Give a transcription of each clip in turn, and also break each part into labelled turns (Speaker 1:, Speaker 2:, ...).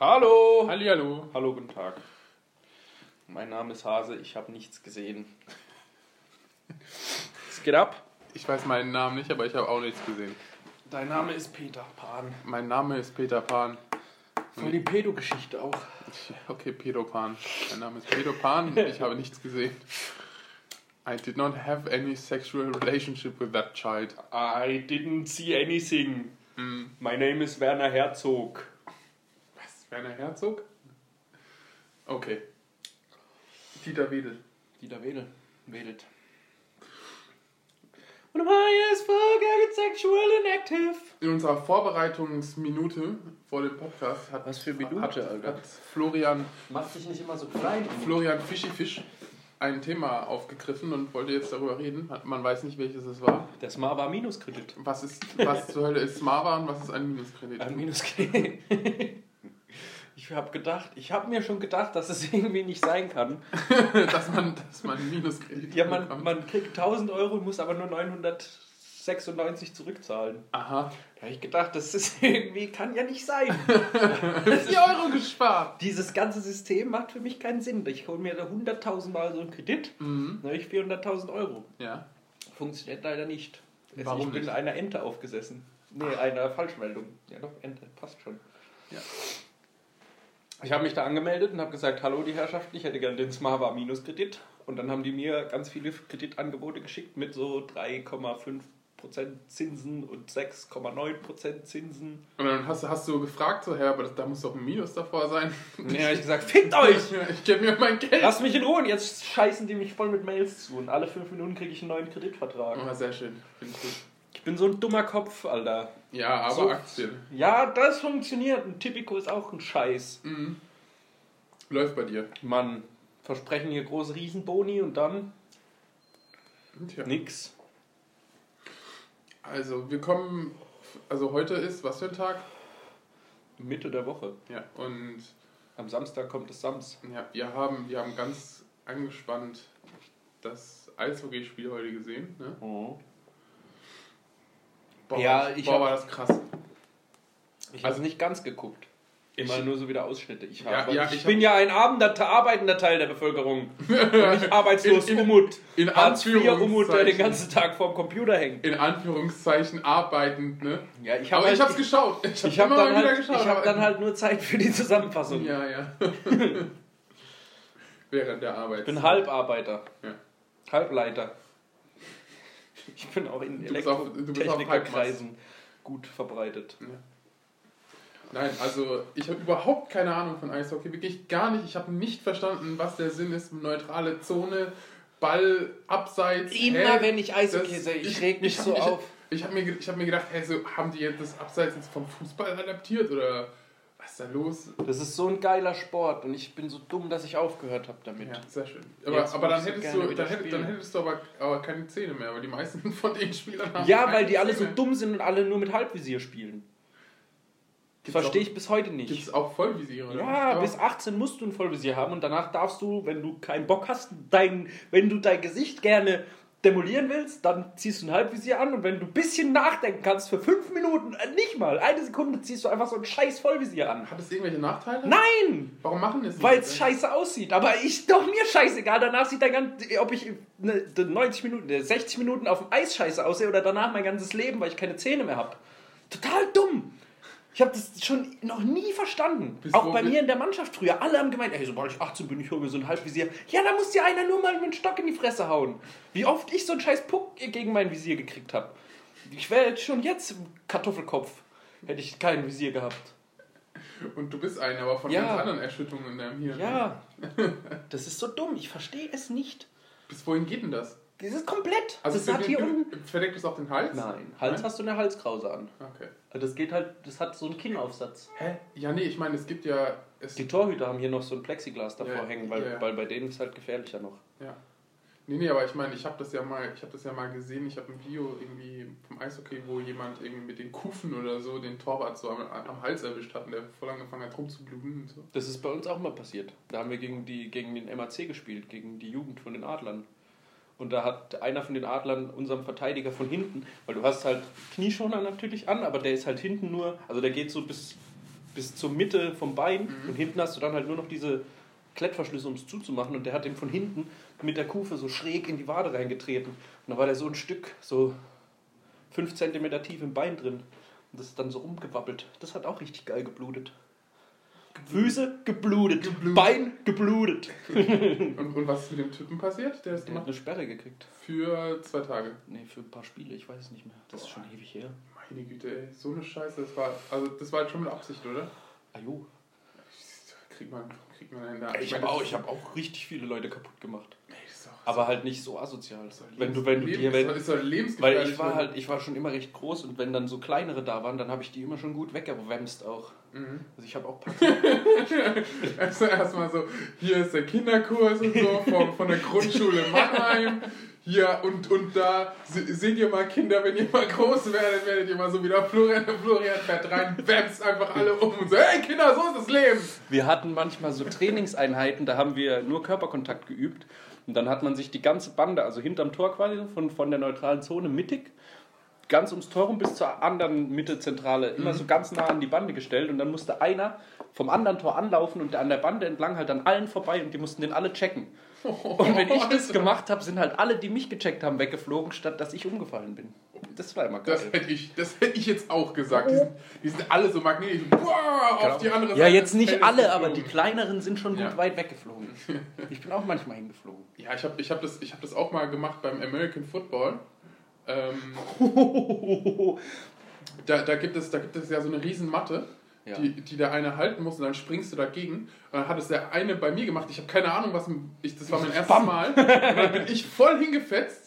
Speaker 1: Hallo!
Speaker 2: Hallihallo.
Speaker 1: Hallo, guten Tag. Mein Name ist Hase, ich habe nichts gesehen. Es geht ab.
Speaker 2: Ich weiß meinen Namen nicht, aber ich habe auch nichts gesehen.
Speaker 1: Dein Name ist Peter Pan.
Speaker 2: Mein Name ist Peter Pan.
Speaker 1: Voll die Pedo-Geschichte auch.
Speaker 2: Okay, Pedo Pan. Mein Name ist Pedo Pan. Ich habe nichts gesehen. I did not have any sexual relationship with that child. Mm.
Speaker 1: I didn't see anything. My name is Werner Herzog.
Speaker 2: Was? Werner Herzog? Okay. Dieter Wedel.
Speaker 1: Dieter Wedel. Wedelt. When I'm high as fuck, I get sexual and active.
Speaker 2: In unserer Vorbereitungsminute vor dem Podcast hat,
Speaker 1: Was für Minute,
Speaker 2: hat,
Speaker 1: Alter?
Speaker 2: hat Florian,
Speaker 1: Mach dich nicht immer so klein.
Speaker 2: Florian Fischifisch ein Thema aufgegriffen und wollte jetzt darüber reden. Hat- Man weiß nicht, welches es war.
Speaker 1: Das Mal war Minuskredit.
Speaker 2: Was ist, was zur Hölle ist Smava und was ist ein Minuskredit?
Speaker 1: Ein Minuskredit. Äh, Ich habe gedacht, ich habe mir schon gedacht, dass es irgendwie nicht sein kann.
Speaker 2: dass man, dass man einen Minuskredit
Speaker 1: Ja, man,
Speaker 2: bekommt.
Speaker 1: man kriegt 1000 Euro und muss aber nur 996 zurückzahlen.
Speaker 2: Aha.
Speaker 1: Da habe ich gedacht, das ist irgendwie, kann ja nicht sein.
Speaker 2: 50 Euro gespart.
Speaker 1: Dieses ganze System macht für mich keinen Sinn. Ich hole mir da 100.000 Mal so einen Kredit,
Speaker 2: Mhm.
Speaker 1: dann habe ich 400.000 Euro.
Speaker 2: Ja.
Speaker 1: Funktioniert leider nicht. Also
Speaker 2: Warum
Speaker 1: ich bin
Speaker 2: nicht?
Speaker 1: einer Ente aufgesessen. Nee, einer Falschmeldung. Ja doch, Ente, passt schon.
Speaker 2: Ja.
Speaker 1: Ich habe mich da angemeldet und habe gesagt, hallo die Herrschaft, ich hätte gerne den Smava Minuskredit. Und dann haben die mir ganz viele Kreditangebote geschickt mit so 3,5% Zinsen und 6,9% Zinsen.
Speaker 2: Und dann hast, du- hast du gefragt, so, Herr, aber das, da muss doch ein Minus davor sein.
Speaker 1: Und dann habe ich gesagt, fickt euch!
Speaker 2: Ich gebe mir mein Geld.
Speaker 1: Lasst mich in Ruhe und jetzt scheißen die mich voll mit Mails zu und alle fünf Minuten kriege ich einen neuen Kreditvertrag.
Speaker 2: Oh, sehr schön. Finde ich gut.
Speaker 1: Ich bin so ein dummer Kopf, Alter.
Speaker 2: Ja, aber
Speaker 1: So.
Speaker 2: Aktien.
Speaker 1: Ja, das funktioniert. Ein Tipico ist auch ein Scheiß.
Speaker 2: Mhm. Läuft bei dir.
Speaker 1: Mann, versprechen hier große Riesenboni und dann
Speaker 2: Tja.
Speaker 1: nix.
Speaker 2: Also, wir kommen. Also, heute ist was für ein Tag?
Speaker 1: Mitte der Woche.
Speaker 2: Ja. Und
Speaker 1: Am Samstag kommt es Sams.
Speaker 2: ja, wir, haben, wir haben ganz angespannt das Eishockeyspiel heute gesehen. Ne? Boah,
Speaker 1: Ja,
Speaker 2: war-
Speaker 1: ich
Speaker 2: boah,
Speaker 1: hab-
Speaker 2: war das krass.
Speaker 1: Ich
Speaker 2: Also-
Speaker 1: habe nicht ganz geguckt. Immer nur so wieder Ausschnitte. Ich,
Speaker 2: Ja,
Speaker 1: habe,
Speaker 2: ja,
Speaker 1: ich,
Speaker 2: ich
Speaker 1: bin
Speaker 2: hab-
Speaker 1: ja ein arbeitender, arbeitender Teil der Bevölkerung. Und nicht arbeitslos
Speaker 2: In- in-
Speaker 1: Umut.
Speaker 2: in
Speaker 1: Hartz IV
Speaker 2: Anführungszeichen.
Speaker 1: Umut, der den ganzen Tag vorm Computer hängt.
Speaker 2: in Anführungszeichen arbeitend, ne?
Speaker 1: Ja, ich
Speaker 2: aber
Speaker 1: habe
Speaker 2: ich hab's geschaut. Ich hab,
Speaker 1: ich hab
Speaker 2: immer
Speaker 1: dann,
Speaker 2: mal wieder
Speaker 1: halt,
Speaker 2: geschaut.
Speaker 1: ich hab
Speaker 2: aber-
Speaker 1: dann halt nur Zeit für die Zusammenfassung.
Speaker 2: Ja, ja. Während der Arbeit.
Speaker 1: Ich bin Halbarbeiter.
Speaker 2: Ja.
Speaker 1: Halbleiter. Ich bin auch in
Speaker 2: Du bist auf- du bist auf
Speaker 1: Elektrotechnikerkreisen gut verbreitet.
Speaker 2: Nein, also ich habe überhaupt keine Ahnung von Eishockey, wirklich gar nicht. Ich habe nicht verstanden, was der Sinn ist. Neutrale Zone, Ball abseits.
Speaker 1: Immer
Speaker 2: hä?
Speaker 1: wenn ich Eishockey
Speaker 2: Das-
Speaker 1: sehe, ich, reg mich
Speaker 2: ich hab-
Speaker 1: so
Speaker 2: ich,
Speaker 1: auf.
Speaker 2: Ich habe mir, ge- ich hab mir gedacht, hey, so, haben die jetzt das Abseits jetzt vom Fußball adaptiert oder was ist da los?
Speaker 1: Das ist so ein geiler Sport und ich bin so dumm, dass ich aufgehört habe damit.
Speaker 2: Ja, sehr schön.
Speaker 1: Jetzt
Speaker 2: Aber, aber dann
Speaker 1: würdest du
Speaker 2: hättest
Speaker 1: gerne
Speaker 2: du,
Speaker 1: wieder
Speaker 2: dann hättest, dann
Speaker 1: spielen.
Speaker 2: hättest du aber, aber keine Zähne mehr, weil die meisten von den Spielern
Speaker 1: Ja,
Speaker 2: haben.
Speaker 1: weil
Speaker 2: keine
Speaker 1: die alle so
Speaker 2: Zähne.
Speaker 1: dumm sind und alle nur mit Halbvisier spielen.
Speaker 2: Gibt's
Speaker 1: Verstehe
Speaker 2: auch-
Speaker 1: ich bis heute nicht.
Speaker 2: Gibt's auch Vollvisiere? oder?
Speaker 1: Ja, bis 18 musst du ein Vollvisier haben und danach darfst du, wenn du keinen Bock hast, dein, wenn du dein Gesicht gerne demolieren willst, dann ziehst du ein Halbvisier an und wenn du ein bisschen nachdenken kannst, für 5 Minuten, äh, nicht mal, eine Sekunde, ziehst du einfach so ein scheiß Vollvisier an.
Speaker 2: Hat es irgendwelche Nachteile?
Speaker 1: Nein!
Speaker 2: Warum machen das
Speaker 1: Weil
Speaker 2: nicht?
Speaker 1: es scheiße aussieht, aber ich, doch mir scheißegal, danach sieht dein ganz, ob ich ne, 90 Minuten, ne, 60 Minuten auf dem Eis scheiße aussehe oder danach mein ganzes Leben, weil ich keine Zähne mehr habe. Total dumm. Ich habe das schon noch nie verstanden.
Speaker 2: Bis
Speaker 1: Auch
Speaker 2: wo
Speaker 1: bei
Speaker 2: wir-
Speaker 1: mir in der Mannschaft früher. Alle haben gemeint, ey, sobald ich 18 bin, ich hole mir so ein Halbvisier. Ja, da muss dir einer nur mal mit dem Stock in die Fresse hauen. Wie oft ich so einen scheiß Puck gegen mein Visier gekriegt habe. Ich wäre schon jetzt im Kartoffelkopf, hätte ich kein Visier gehabt.
Speaker 2: Und du bist einer, aber von
Speaker 1: Ja.
Speaker 2: ganz anderen Erschütterungen in deinem Hirn.
Speaker 1: Ja, das ist so dumm. Ich verstehe es nicht.
Speaker 2: Bis wohin geht denn das? Also
Speaker 1: Das ist komplett. das
Speaker 2: für
Speaker 1: hat
Speaker 2: den-
Speaker 1: hier unten.
Speaker 2: Verdeckt es auf den Hals?
Speaker 1: Nein, Hals hast du eine Halskrause an.
Speaker 2: Okay.
Speaker 1: Das geht halt, das hat so einen Kinnaufsatz.
Speaker 2: Hä? Ja, nee, ich meine, es gibt ja. Es,
Speaker 1: Die Torhüter haben hier noch so ein Plexiglas davor
Speaker 2: Ja,
Speaker 1: hängen, weil,
Speaker 2: ja, ja.
Speaker 1: weil bei denen ist halt gefährlicher noch.
Speaker 2: ja. Nee, nee, aber ich meine, ich habe das ja mal, ich habe das ja mal gesehen, ich habe ein Video irgendwie vom Eishockey, wo jemand irgendwie mit den Kufen oder so den Torwart so am, am Hals erwischt hat und der voll angefangen hat rumzubluten und so.
Speaker 1: Das ist bei uns auch mal passiert. Da haben wir gegen, die, gegen den MAC gespielt, gegen die Jugend von den Adlern. Und da hat einer von den Adlern unserem Verteidiger von hinten, weil du hast halt Knieschoner natürlich an, aber der ist halt hinten nur, also der geht so bis bis zur Mitte vom Bein und hinten hast du dann halt nur noch diese Klettverschlüsse, um es zuzumachen und der hat den von hinten mit der Kufe so schräg in die Wade reingetreten und da war der so ein Stück, so 5 cm tief im Bein drin und das ist dann so rumgewabbelt. Das hat auch richtig geil geblutet. Füße geblutet,
Speaker 2: Geblutet.
Speaker 1: Bein geblutet.
Speaker 2: Und, und was ist mit dem Typen passiert, der das
Speaker 1: Der hat
Speaker 2: gemacht
Speaker 1: eine
Speaker 2: hat?
Speaker 1: Sperre gekriegt.
Speaker 2: Für zwei Tage.
Speaker 1: Nee, für ein paar Spiele, ich weiß es nicht mehr. Das ist
Speaker 2: Boah.
Speaker 1: schon ewig her.
Speaker 2: Meine Güte, ey, so eine Scheiße. Das war, also das war halt schon mit Absicht, oder?
Speaker 1: Ajo.
Speaker 2: Kriegt man, kriegt man einen da.
Speaker 1: Ah, Ich
Speaker 2: Ah,
Speaker 1: habe
Speaker 2: meine, das
Speaker 1: auch,
Speaker 2: ist-
Speaker 1: ich hab auch richtig viele Leute kaputt gemacht.
Speaker 2: Ey, das ist doch-
Speaker 1: Aber halt nicht so asozial.
Speaker 2: das ist doch
Speaker 1: Wenn du, wenn du
Speaker 2: lebens-
Speaker 1: dir,
Speaker 2: das
Speaker 1: wenn,
Speaker 2: ist doch lebensgefährlich.
Speaker 1: weil ich war
Speaker 2: wenn-
Speaker 1: halt, ich war schon immer recht groß und wenn dann so kleinere da waren, dann habe ich die immer schon gut weggewämst auch.
Speaker 2: Mhm.
Speaker 1: Also ich habe auch paar
Speaker 2: Also erstmal so, hier ist der Kinderkurs und so von, von der Grundschule Mannheim. Hier und, und da se- seht ihr mal Kinder, wenn ihr mal groß werdet, werdet ihr mal so wieder Florian und Florian fährt rein, wämst einfach alle um und so, hey Kinder, so ist das Leben.
Speaker 1: Wir hatten manchmal so Trainingseinheiten, da haben wir nur Körperkontakt geübt. Und dann hat man sich die ganze Bande, also hinterm Tor quasi, von, von der neutralen Zone mittig, ganz ums Tor rum bis zur anderen Mittelzentrale, immer
Speaker 2: Mhm.
Speaker 1: so ganz nah an die Bande gestellt. Und dann musste einer vom anderen Tor anlaufen und an der Bande entlang halt an allen vorbei und die mussten den alle checken. Und
Speaker 2: Oh,
Speaker 1: wenn ich das gemacht habe, sind halt alle, die mich gecheckt haben, weggeflogen, statt dass ich umgefallen bin. Das war immer geil.
Speaker 2: Das hätte ich, das hätte ich jetzt auch gesagt. Die sind, die sind alle so magnetisch. Wow,
Speaker 1: Genau.
Speaker 2: auf die andere Seite.
Speaker 1: ja, jetzt
Speaker 2: des
Speaker 1: nicht
Speaker 2: Feldes
Speaker 1: alle, aber die
Speaker 2: geflogen.
Speaker 1: kleineren sind schon
Speaker 2: Ja.
Speaker 1: gut weit weggeflogen. Ich bin auch manchmal hingeflogen.
Speaker 2: Ja, ich habe ich hab das, ich hab das auch mal gemacht beim American Football. Ähm, da, da, gibt es, da gibt es ja so eine riesen Matte,
Speaker 1: Ja.
Speaker 2: die, die der eine halten muss und dann springst du dagegen. Und dann hat es der eine bei mir gemacht. Ich habe keine Ahnung, was ich, das war mein erstes
Speaker 1: Bam.
Speaker 2: Mal. Und dann bin ich voll hingefetzt.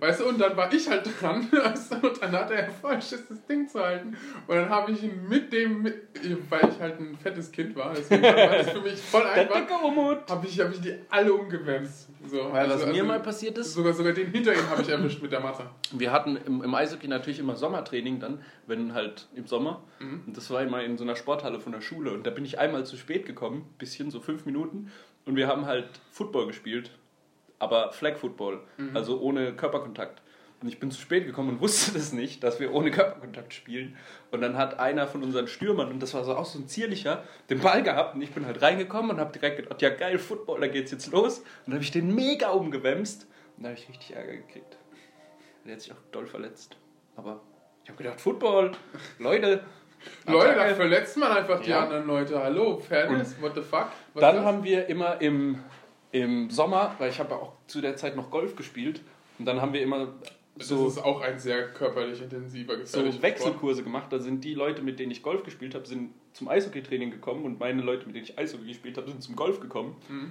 Speaker 2: Weißt du, und dann war ich halt dran. weißt du, Und dann hat er voll Schiss, das Ding zu halten. Und dann habe ich ihn mit dem, mit, weil ich halt ein fettes Kind war, deswegen war das für mich voll
Speaker 1: Der
Speaker 2: einfach.
Speaker 1: dicke Umut.
Speaker 2: Habe ich, hab ich die alle umgewämst. So,
Speaker 1: Weil was
Speaker 2: also-
Speaker 1: mir
Speaker 2: also-
Speaker 1: mal passiert ist,
Speaker 2: Sogar, sogar den hinter ihm habe ich erwischt mit der Matte.
Speaker 1: wir hatten im, im Eishockey natürlich immer Sommertraining dann, wenn halt im Sommer. Und das war immer in so einer Sporthalle von der Schule. Und da bin ich einmal zu spät gekommen, bisschen so fünf Minuten. Und wir haben halt Football gespielt, aber Flag Football,
Speaker 2: Mhm.
Speaker 1: also ohne Körperkontakt. Und ich bin zu spät gekommen und wusste das nicht, dass wir ohne Körperkontakt spielen. Und dann hat einer von unseren Stürmern, und das war so auch so ein zierlicher, den Ball gehabt. Und ich bin halt reingekommen und habe direkt gedacht, ja geil, Football, da geht's jetzt los. Und dann habe ich den mega umgewämst. Und da habe ich richtig Ärger gekriegt. Der hat sich auch doll verletzt. Aber ich habe gedacht, Football, Leute.
Speaker 2: Leute, da
Speaker 1: Attacke.
Speaker 2: verletzt man einfach die
Speaker 1: Ja.
Speaker 2: anderen Leute. Hallo, Fairness, what the fuck? Was
Speaker 1: Dann
Speaker 2: das?
Speaker 1: haben wir immer im, im Sommer, weil ich habe ja auch zu der Zeit noch Golf gespielt, und dann haben wir immer so,
Speaker 2: das ist auch ein sehr körperlich intensiver, gefährlicher
Speaker 1: so Wechselkurse gemacht. Da sind die Leute, mit denen ich Golf gespielt habe, sind zum Eishockeytraining gekommen und meine Leute, mit denen ich Eishockey gespielt habe, sind zum Golf gekommen.
Speaker 2: Mhm.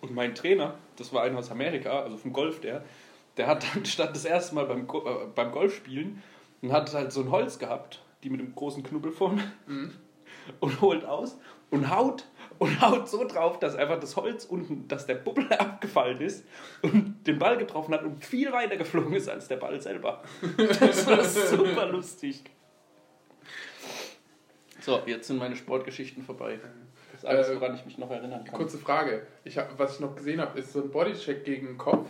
Speaker 1: Und mein Trainer, das war einer aus Amerika, also vom Golf der, der hat dann statt das erste Mal beim, Go- äh, beim Golf spielen und hat halt so ein Holz gehabt, die mit einem großen Knubbel vorne und holt aus und haut und haut so drauf, dass einfach das Holz unten, dass der Bubbel abgefallen ist und den Ball getroffen hat und viel weiter geflogen ist als der Ball selber. Das war super lustig. So, jetzt sind meine Sportgeschichten vorbei. Das ist alles,
Speaker 2: Äh,
Speaker 1: woran ich mich noch erinnern kann.
Speaker 2: Kurze Frage. Ich hab, was ich noch gesehen habe, ist so ein Bodycheck gegen den Kopf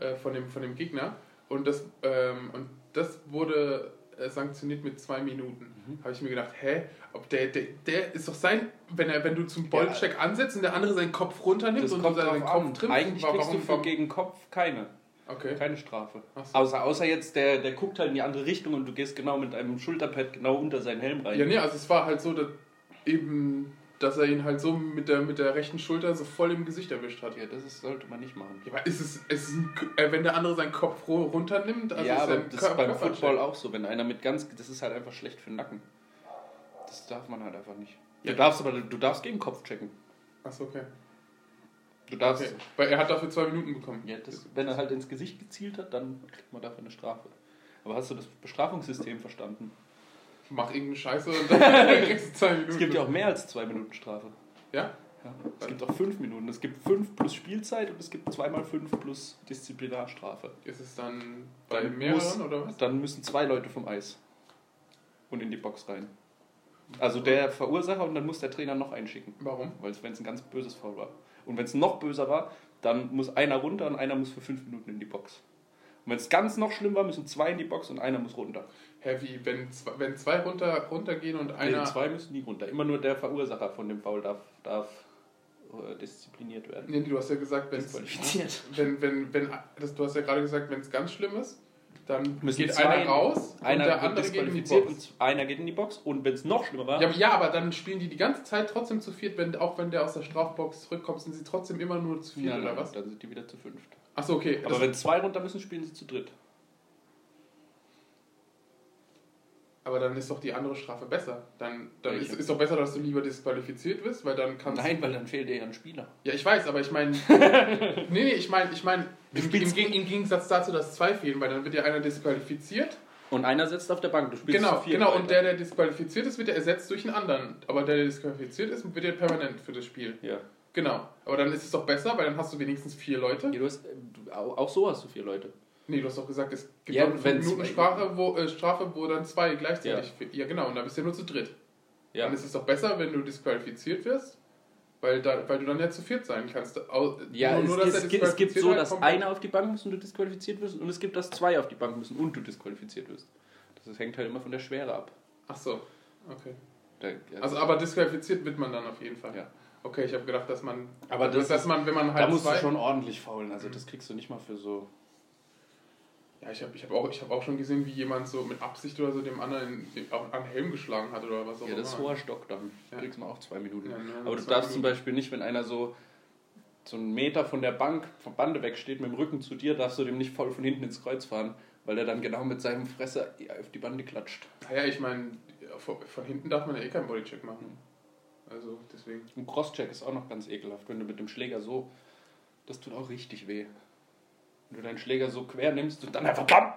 Speaker 2: äh, von, dem, von dem Gegner. Und das, ähm, und das wurde äh, sanktioniert mit zwei Minuten.
Speaker 1: Mhm.
Speaker 2: Habe ich mir gedacht, hä? Ob der, der, der ist doch sein, wenn, er, wenn du zum Bodycheck ansetzt und der andere seinen Kopf runternimmt
Speaker 1: das
Speaker 2: und
Speaker 1: kommt
Speaker 2: du
Speaker 1: drauf
Speaker 2: seinen
Speaker 1: an.
Speaker 2: Kopf trimmst,
Speaker 1: Eigentlich
Speaker 2: wa-
Speaker 1: kriegst du für
Speaker 2: warum-
Speaker 1: gegen Kopf keine,
Speaker 2: Okay.
Speaker 1: keine Strafe.
Speaker 2: Ach so.
Speaker 1: Außer, außer jetzt, der, der guckt halt in die andere Richtung und du gehst genau mit einem Schulterpad genau unter seinen Helm rein.
Speaker 2: Ja, nee, also es war halt so, dass eben, dass er ihn halt so mit der, mit der rechten Schulter so voll im Gesicht erwischt hat. Ja,
Speaker 1: Ja, das ist, sollte man nicht machen.
Speaker 2: aber äh, ist es, ist es ein, K- äh, wenn der andere seinen Kopf ro- runternimmt, also
Speaker 1: ja,
Speaker 2: ist
Speaker 1: aber
Speaker 2: er ein
Speaker 1: das
Speaker 2: Kör-
Speaker 1: ist beim
Speaker 2: Körpercheck.
Speaker 1: Football auch so. Wenn einer mit ganz. Das ist halt einfach schlecht für den Nacken. Das darf man halt einfach nicht. Du
Speaker 2: Ja.
Speaker 1: darfst aber. Du darfst gegen Kopf checken.
Speaker 2: Achso, okay.
Speaker 1: Du darfst.
Speaker 2: okay. Weil er hat dafür zwei Minuten bekommen.
Speaker 1: Ja, das, wenn er halt ins Gesicht gezielt hat, dann kriegt man dafür eine Strafe. Aber hast du das Bestrafungssystem verstanden?
Speaker 2: Mach irgendeine Scheiße und dann kriegst du zwei Minuten.
Speaker 1: Es gibt ja auch mehr als zwei Minuten Strafe.
Speaker 2: Ja?
Speaker 1: Ja. Es gibt auch fünf Minuten. Es gibt fünf plus Spielzeit und es gibt zweimal fünf plus Disziplinarstrafe.
Speaker 2: Ist es dann bei
Speaker 1: Dann
Speaker 2: mehreren
Speaker 1: muss-
Speaker 2: oder was?
Speaker 1: Dann müssen zwei Leute vom Eis und in die Box rein. Also der Verursacher und dann muss der Trainer noch einschicken.
Speaker 2: Warum?
Speaker 1: Weil wenn es ein ganz böses Foul war. Und wenn es noch böser war, dann muss einer runter und einer muss für fünf Minuten in die Box. Und wenn es ganz noch schlimm war, müssen zwei in die Box und einer muss runter.
Speaker 2: Heavy, wenn, zw- wenn zwei runter, runtergehen und einer.
Speaker 1: Nee, zwei müssen nie runter. Immer nur der Verursacher von dem Foul darf, darf äh, diszipliniert werden.
Speaker 2: Nee, du hast ja gesagt, wenn's,
Speaker 1: Disqualifiziert.
Speaker 2: wenn, wenn, wenn, das, du hast ja gerade gesagt, wenn es ganz schlimm ist, dann
Speaker 1: Müssen
Speaker 2: geht
Speaker 1: zwei-
Speaker 2: einer raus
Speaker 1: Einer
Speaker 2: und der
Speaker 1: wird
Speaker 2: andere geht in die
Speaker 1: disqualifiziert
Speaker 2: Box.
Speaker 1: und einer geht in die Box. Und wenn es noch schlimmer war,
Speaker 2: Ja aber, ja, aber dann spielen die die ganze Zeit trotzdem zu viert, wenn, auch wenn der aus der Strafbox zurückkommt, sind sie trotzdem immer nur zu viert
Speaker 1: Nein,
Speaker 2: oder
Speaker 1: nein,
Speaker 2: was?
Speaker 1: dann sind die wieder zu fünft.
Speaker 2: Achso, okay.
Speaker 1: Aber
Speaker 2: das,
Speaker 1: wenn zwei runter müssen, spielen sie zu dritt.
Speaker 2: aber dann ist doch die andere Strafe besser. Dann, dann
Speaker 1: Welche?
Speaker 2: ist, ist doch besser, dass du lieber disqualifiziert wirst, weil dann kannst
Speaker 1: Nein, weil dann fehlt dir ja ein Spieler.
Speaker 2: Ja, ich weiß, aber ich meine. nee, nee, ich meine, ich meine,
Speaker 1: Du
Speaker 2: im, im,
Speaker 1: spielst-
Speaker 2: Geg- im Gegensatz dazu, dass zwei fehlen, weil dann wird ja einer disqualifiziert.
Speaker 1: Und einer sitzt auf der Bank. Du spielst
Speaker 2: Genau,
Speaker 1: zu viert
Speaker 2: genau. Und der,
Speaker 1: weiter.
Speaker 2: der disqualifiziert ist, wird ja ersetzt durch einen anderen. Aber der, der disqualifiziert ist, wird ja permanent für das Spiel.
Speaker 1: Ja.
Speaker 2: Genau. Aber dann ist es doch besser, weil dann hast du wenigstens vier Leute.
Speaker 1: Ja, du hast, äh, du- au- auch so hast du vier Leute.
Speaker 2: Nee, du hast doch gesagt, es gibt
Speaker 1: Ja,
Speaker 2: doch eine
Speaker 1: wenn
Speaker 2: 5 Minuten
Speaker 1: zwei-
Speaker 2: Sprache, wo, äh, Strafe, wo dann zwei gleichzeitig. Ja, ja genau. Und dann bist du ja nur zu dritt.
Speaker 1: Ja.
Speaker 2: Dann ist es doch besser, wenn du disqualifiziert wirst. Weil, da, weil du dann ja zu viert sein kannst. Au-
Speaker 1: Ja,
Speaker 2: nur-
Speaker 1: es,
Speaker 2: nur, dass
Speaker 1: es,
Speaker 2: der
Speaker 1: gibt, es gibt so,
Speaker 2: Disqualifizierte
Speaker 1: dass
Speaker 2: komplett-
Speaker 1: einer auf die Bank muss und du disqualifiziert wirst und es gibt, dass zwei auf die Bank müssen und du disqualifiziert wirst. Das, ist- hängt halt immer von der Schwere ab.
Speaker 2: Ach so, okay.
Speaker 1: Da,
Speaker 2: Also, aber disqualifiziert wird man dann auf jeden Fall.
Speaker 1: Ja.
Speaker 2: Okay, ich habe gedacht, dass man,
Speaker 1: Aber
Speaker 2: dass,
Speaker 1: also das
Speaker 2: dass
Speaker 1: ist-
Speaker 2: man, wenn man
Speaker 1: da
Speaker 2: halt
Speaker 1: musst
Speaker 2: zwei,
Speaker 1: du schon ordentlich faulen. Also das kriegst du nicht mal für so...
Speaker 2: ja, ich habe ich hab auch, ich hab auch schon gesehen, wie jemand so mit Absicht oder so dem anderen den, auf, an den Helm geschlagen hat oder was auch
Speaker 1: Ja,
Speaker 2: immer.
Speaker 1: das ist hoher Stock dann.
Speaker 2: Ja.
Speaker 1: Kriegst mal auch zwei Minuten.
Speaker 2: Ja, ne,
Speaker 1: Aber du
Speaker 2: zwei
Speaker 1: darfst zum
Speaker 2: Minuten.
Speaker 1: Beispiel nicht, wenn einer so so einen Meter von der Bank, vom Bande wegsteht, mit dem Rücken zu dir, darfst du dem nicht voll von hinten ins Kreuz fahren, weil er dann genau mit seinem Fresser auf die Bande klatscht.
Speaker 2: Naja, ich meine, von, von hinten darf man ja eh keinen Bodycheck machen. Also deswegen.
Speaker 1: Und Crosscheck ist auch noch ganz ekelhaft, wenn du mit dem Schläger so, das tut auch richtig weh. Wenn du deinen Schläger so quer nimmst und dann einfach BAM!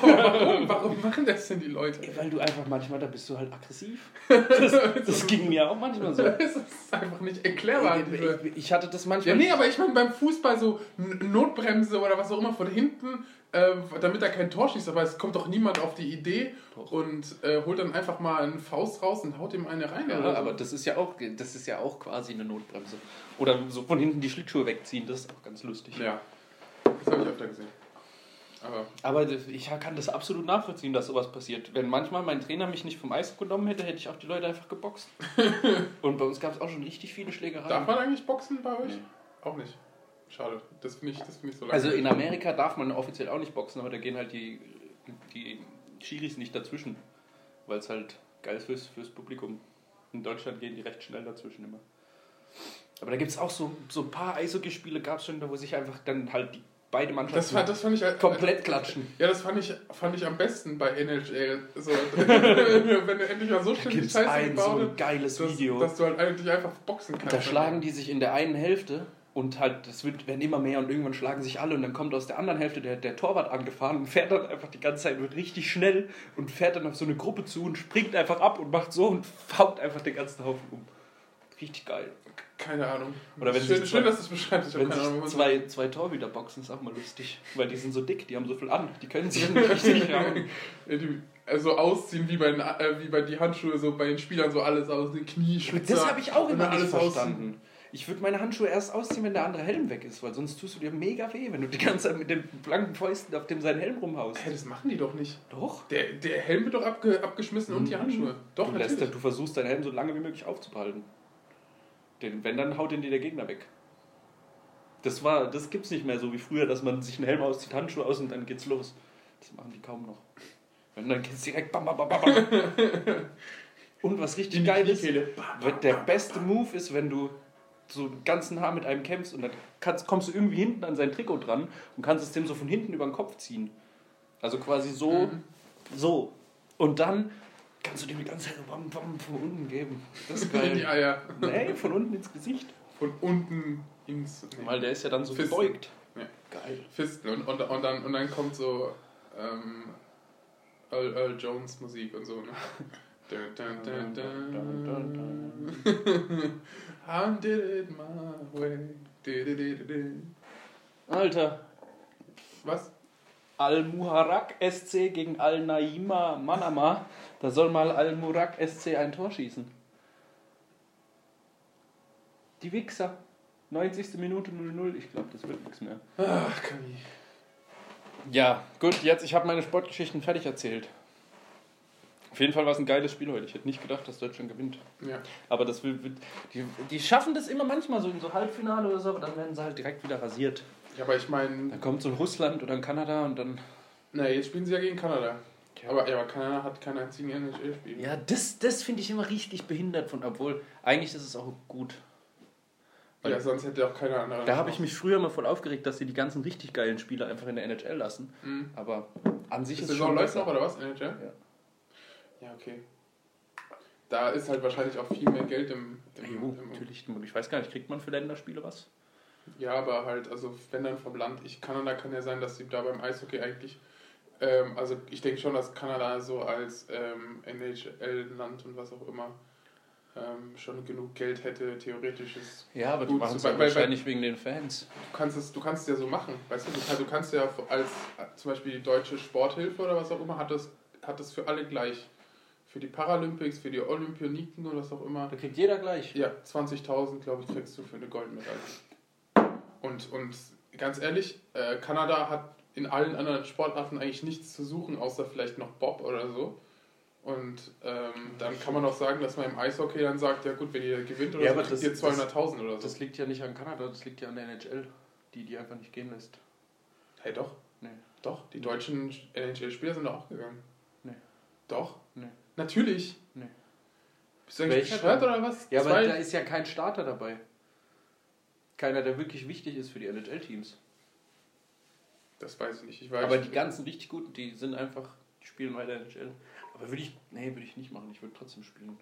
Speaker 2: warum, warum machen das denn die Leute?
Speaker 1: Weil du einfach manchmal, da bist du halt aggressiv. Das, das ging mir auch manchmal so.
Speaker 2: Das ist einfach nicht erklärbar. diese-
Speaker 1: Ich, ich hatte das
Speaker 2: Ja,
Speaker 1: manchmal.
Speaker 2: nee, aber ich meine beim Fußball so N- Notbremse oder was auch immer von hinten, äh, damit er kein Tor schießt, aber es kommt doch niemand auf die Idee
Speaker 1: Doch.
Speaker 2: und äh, holt dann einfach mal einen Faust raus und haut ihm eine rein.
Speaker 1: Ja,
Speaker 2: oder so.
Speaker 1: aber das ist ja auch, das ist ja auch quasi eine Notbremse. Oder so von hinten die Schlittschuhe wegziehen, das ist auch ganz lustig.
Speaker 2: ja. Das habe ich öfter gesehen. Aber
Speaker 1: Aber das- ich kann das absolut nachvollziehen, dass sowas passiert. Wenn manchmal mein Trainer mich nicht vom Eis genommen hätte, hätte ich auch die Leute einfach geboxt. Und bei uns gab es auch schon richtig viele Schlägereien.
Speaker 2: darf man eigentlich boxen bei euch?
Speaker 1: Nee.
Speaker 2: Auch nicht. Schade. Das finde ich, das find ich so
Speaker 1: Also in
Speaker 2: langweilig.
Speaker 1: Amerika darf man offiziell auch nicht boxen, aber da gehen halt die, die Schiris nicht dazwischen, weil es halt geil ist fürs, fürs Publikum. In Deutschland gehen die recht schnell dazwischen immer. Aber da gibt es auch so, so ein paar Eishockeyspiele, gab es schon, da wo sich einfach dann halt die, beide Mannschaften
Speaker 2: Das, war, das fand ich halt-
Speaker 1: komplett klatschen.
Speaker 2: Ja, das fand ich, fand ich am besten bei NHL. So, wenn du endlich mal so
Speaker 1: Da
Speaker 2: schön
Speaker 1: gibt
Speaker 2: die
Speaker 1: es
Speaker 2: Scheiße
Speaker 1: ein so
Speaker 2: gebaut
Speaker 1: ein
Speaker 2: hast,
Speaker 1: geiles
Speaker 2: dass,
Speaker 1: Video.
Speaker 2: dass du halt eigentlich einfach boxen kannst.
Speaker 1: da schlagen die sich in der einen Hälfte und halt, das wird, werden immer mehr und irgendwann schlagen sich alle und dann kommt aus der anderen Hälfte der, der Torwart angefahren und fährt dann einfach die ganze Zeit, wird richtig schnell und fährt dann auf so eine Gruppe zu und springt einfach ab und macht so und haut einfach den ganzen Haufen um. Richtig geil.
Speaker 2: Keine Ahnung.
Speaker 1: Oder wenn
Speaker 2: schön,
Speaker 1: sich
Speaker 2: schön,
Speaker 1: zwei-
Speaker 2: dass du es beschreibst. Ich habe
Speaker 1: Wenn
Speaker 2: keine
Speaker 1: sich
Speaker 2: Ahnung. Zwei
Speaker 1: zwei, zwei Torhüter boxen, ist auch mal lustig, weil die sind so dick, die haben so viel an, die können sich nicht richtig hauen.
Speaker 2: die, also ausziehen wie bei, den, äh, wie bei die Handschuhe, so bei den Spielern so alles aus, die Knie, Schützer,
Speaker 1: Das habe ich auch
Speaker 2: und
Speaker 1: immer
Speaker 2: dann
Speaker 1: nicht
Speaker 2: ausziehen.
Speaker 1: verstanden. Ich würde meine Handschuhe erst ausziehen, wenn der andere Helm weg ist, weil sonst tust du dir mega weh, wenn du die ganze Zeit mit den blanken Fäusten auf dem seinen Helm rumhaust.
Speaker 2: Hä, das machen die doch nicht.
Speaker 1: Doch.
Speaker 2: Der, der Helm wird doch abge, abgeschmissen und die Handschuhe. Doch,
Speaker 1: du, lässt,
Speaker 2: natürlich.
Speaker 1: du versuchst deinen Helm so lange wie möglich aufzubehalten. Den, wenn, dann haut den dir der Gegner weg. Das, war, das gibt's nicht mehr so wie früher, dass man sich einen Helm auszieht, Handschuhe aus und dann geht's los. Das machen die kaum noch. Wenn dann geht's direkt bam, bam, bam, bam, bam. Und was richtig geil ist,
Speaker 2: Kniekehle.
Speaker 1: wird der beste Move ist, wenn du so den ganzen Haar mit einem kämpfst und dann kannst, kommst du irgendwie hinten an sein Trikot dran und kannst es dem so von hinten über den Kopf ziehen. Also quasi so,
Speaker 2: Mhm.
Speaker 1: so. Und dann kannst du dem die ganze Zeit so bam, bam, von unten geben. Das ist
Speaker 2: In die
Speaker 1: geil.
Speaker 2: Eier.
Speaker 1: nee, von unten ins Gesicht.
Speaker 2: Von unten ins. nee.
Speaker 1: Weil der ist ja dann so
Speaker 2: Fisten.
Speaker 1: gebeugt.
Speaker 2: Ja.
Speaker 1: Geil.
Speaker 2: Fisten und, und, und, dann, und dann kommt so ähm, Earl, Earl Jones Musik und so. Ne? Dun, dun, dun, dun. I did it my way. Di, di, di, di, di.
Speaker 1: Alter.
Speaker 2: Was?
Speaker 1: Al-Muharak SC gegen Al-Naima Manama. Da soll mal Al-Muharak SC ein Tor schießen. Die Wichser. 90. Minute 0-0. Ich glaube, das wird nichts mehr.
Speaker 2: Ach, Kami.
Speaker 1: Ja, gut, jetzt, ich habe meine Sportgeschichten fertig erzählt. Auf jeden Fall war es ein geiles Spiel heute. Ich hätte nicht gedacht, dass Deutschland gewinnt.
Speaker 2: Ja.
Speaker 1: Aber das will, wird- die, die schaffen das immer manchmal so in so Halbfinale oder so, aber dann werden sie halt direkt wieder rasiert.
Speaker 2: ja, aber ich meine,
Speaker 1: Dann kommt so ein Russland oder ein Kanada und dann.
Speaker 2: na, jetzt spielen sie ja gegen Kanada.
Speaker 1: Ja.
Speaker 2: Aber, ja, aber Kanada hat keinen einzigen NHL-Spiel.
Speaker 1: Ja, das, das finde ich immer richtig behindert von, obwohl eigentlich ist es auch gut.
Speaker 2: Ja, sonst hätte auch keiner andere.
Speaker 1: Da habe ich mich früher mal voll aufgeregt, dass sie die ganzen richtig geilen Spieler einfach in der NHL lassen.
Speaker 2: Mhm.
Speaker 1: Aber an sich
Speaker 2: Die
Speaker 1: ist es
Speaker 2: Saison
Speaker 1: schon
Speaker 2: läuft noch,
Speaker 1: besser.
Speaker 2: oder was? NHL? Ja. Ja, okay. Da ist halt wahrscheinlich auch viel mehr Geld im. im,
Speaker 1: Ja, jo,
Speaker 2: im
Speaker 1: natürlich. Ich weiß gar nicht, kriegt man für Länderspiele was?
Speaker 2: Ja, aber halt, also wenn dann vom Land. Ich, Kanada kann ja sein, dass sie da beim Eishockey eigentlich. Ähm, also ich denke schon, dass Kanada so als ähm, NHL-Land und was auch immer ähm, schon genug Geld hätte, theoretisch. Ist,
Speaker 1: Ja, aber die
Speaker 2: Gut,
Speaker 1: machen es
Speaker 2: so-
Speaker 1: ja
Speaker 2: weil- weil-
Speaker 1: wahrscheinlich wegen den Fans.
Speaker 2: du kannst es, du kannst es ja so machen, weißt du? Du kannst, du kannst ja als zum Beispiel die deutsche Sporthilfe oder was auch immer hat das, hat das für alle gleich. Für die Paralympics, für die Olympioniken oder was auch immer.
Speaker 1: Da kriegt jeder gleich.
Speaker 2: Ja, 20.000, glaube ich, kriegst du für eine Goldmedaille. Und, und ganz ehrlich, äh, Kanada hat in allen anderen Sportarten eigentlich nichts zu suchen, außer vielleicht noch Bob oder so. Und ähm, dann kann man auch sagen, dass man im Eishockey dann sagt, ja gut, wenn ihr gewinnt oder
Speaker 1: Ja,
Speaker 2: so,
Speaker 1: aber
Speaker 2: kriegt
Speaker 1: das-
Speaker 2: ihr 200.000 oder so.
Speaker 1: Also Das liegt ja nicht an Kanada, das liegt ja an der NHL, die die einfach nicht gehen lässt.
Speaker 2: Hey, doch.
Speaker 1: Nee.
Speaker 2: Doch, die deutschen NHL-Spieler sind da auch gegangen.
Speaker 1: Nee.
Speaker 2: Doch?
Speaker 1: Nee.
Speaker 2: Natürlich.
Speaker 1: Nee.
Speaker 2: Bist du eigentlich
Speaker 1: Welcher
Speaker 2: bescheuert
Speaker 1: denn?
Speaker 2: oder was?
Speaker 1: Ja, aber
Speaker 2: Zwei-
Speaker 1: da ist ja kein Starter dabei. Keiner, der wirklich wichtig ist für die NHL-Teams.
Speaker 2: das weiß ich nicht. Ich weiß
Speaker 1: Aber die ganzen richtig guten, die sind einfach, die spielen weiter NHL. Aber würde ich, nee, würde ich nicht machen. Ich würde trotzdem spielen.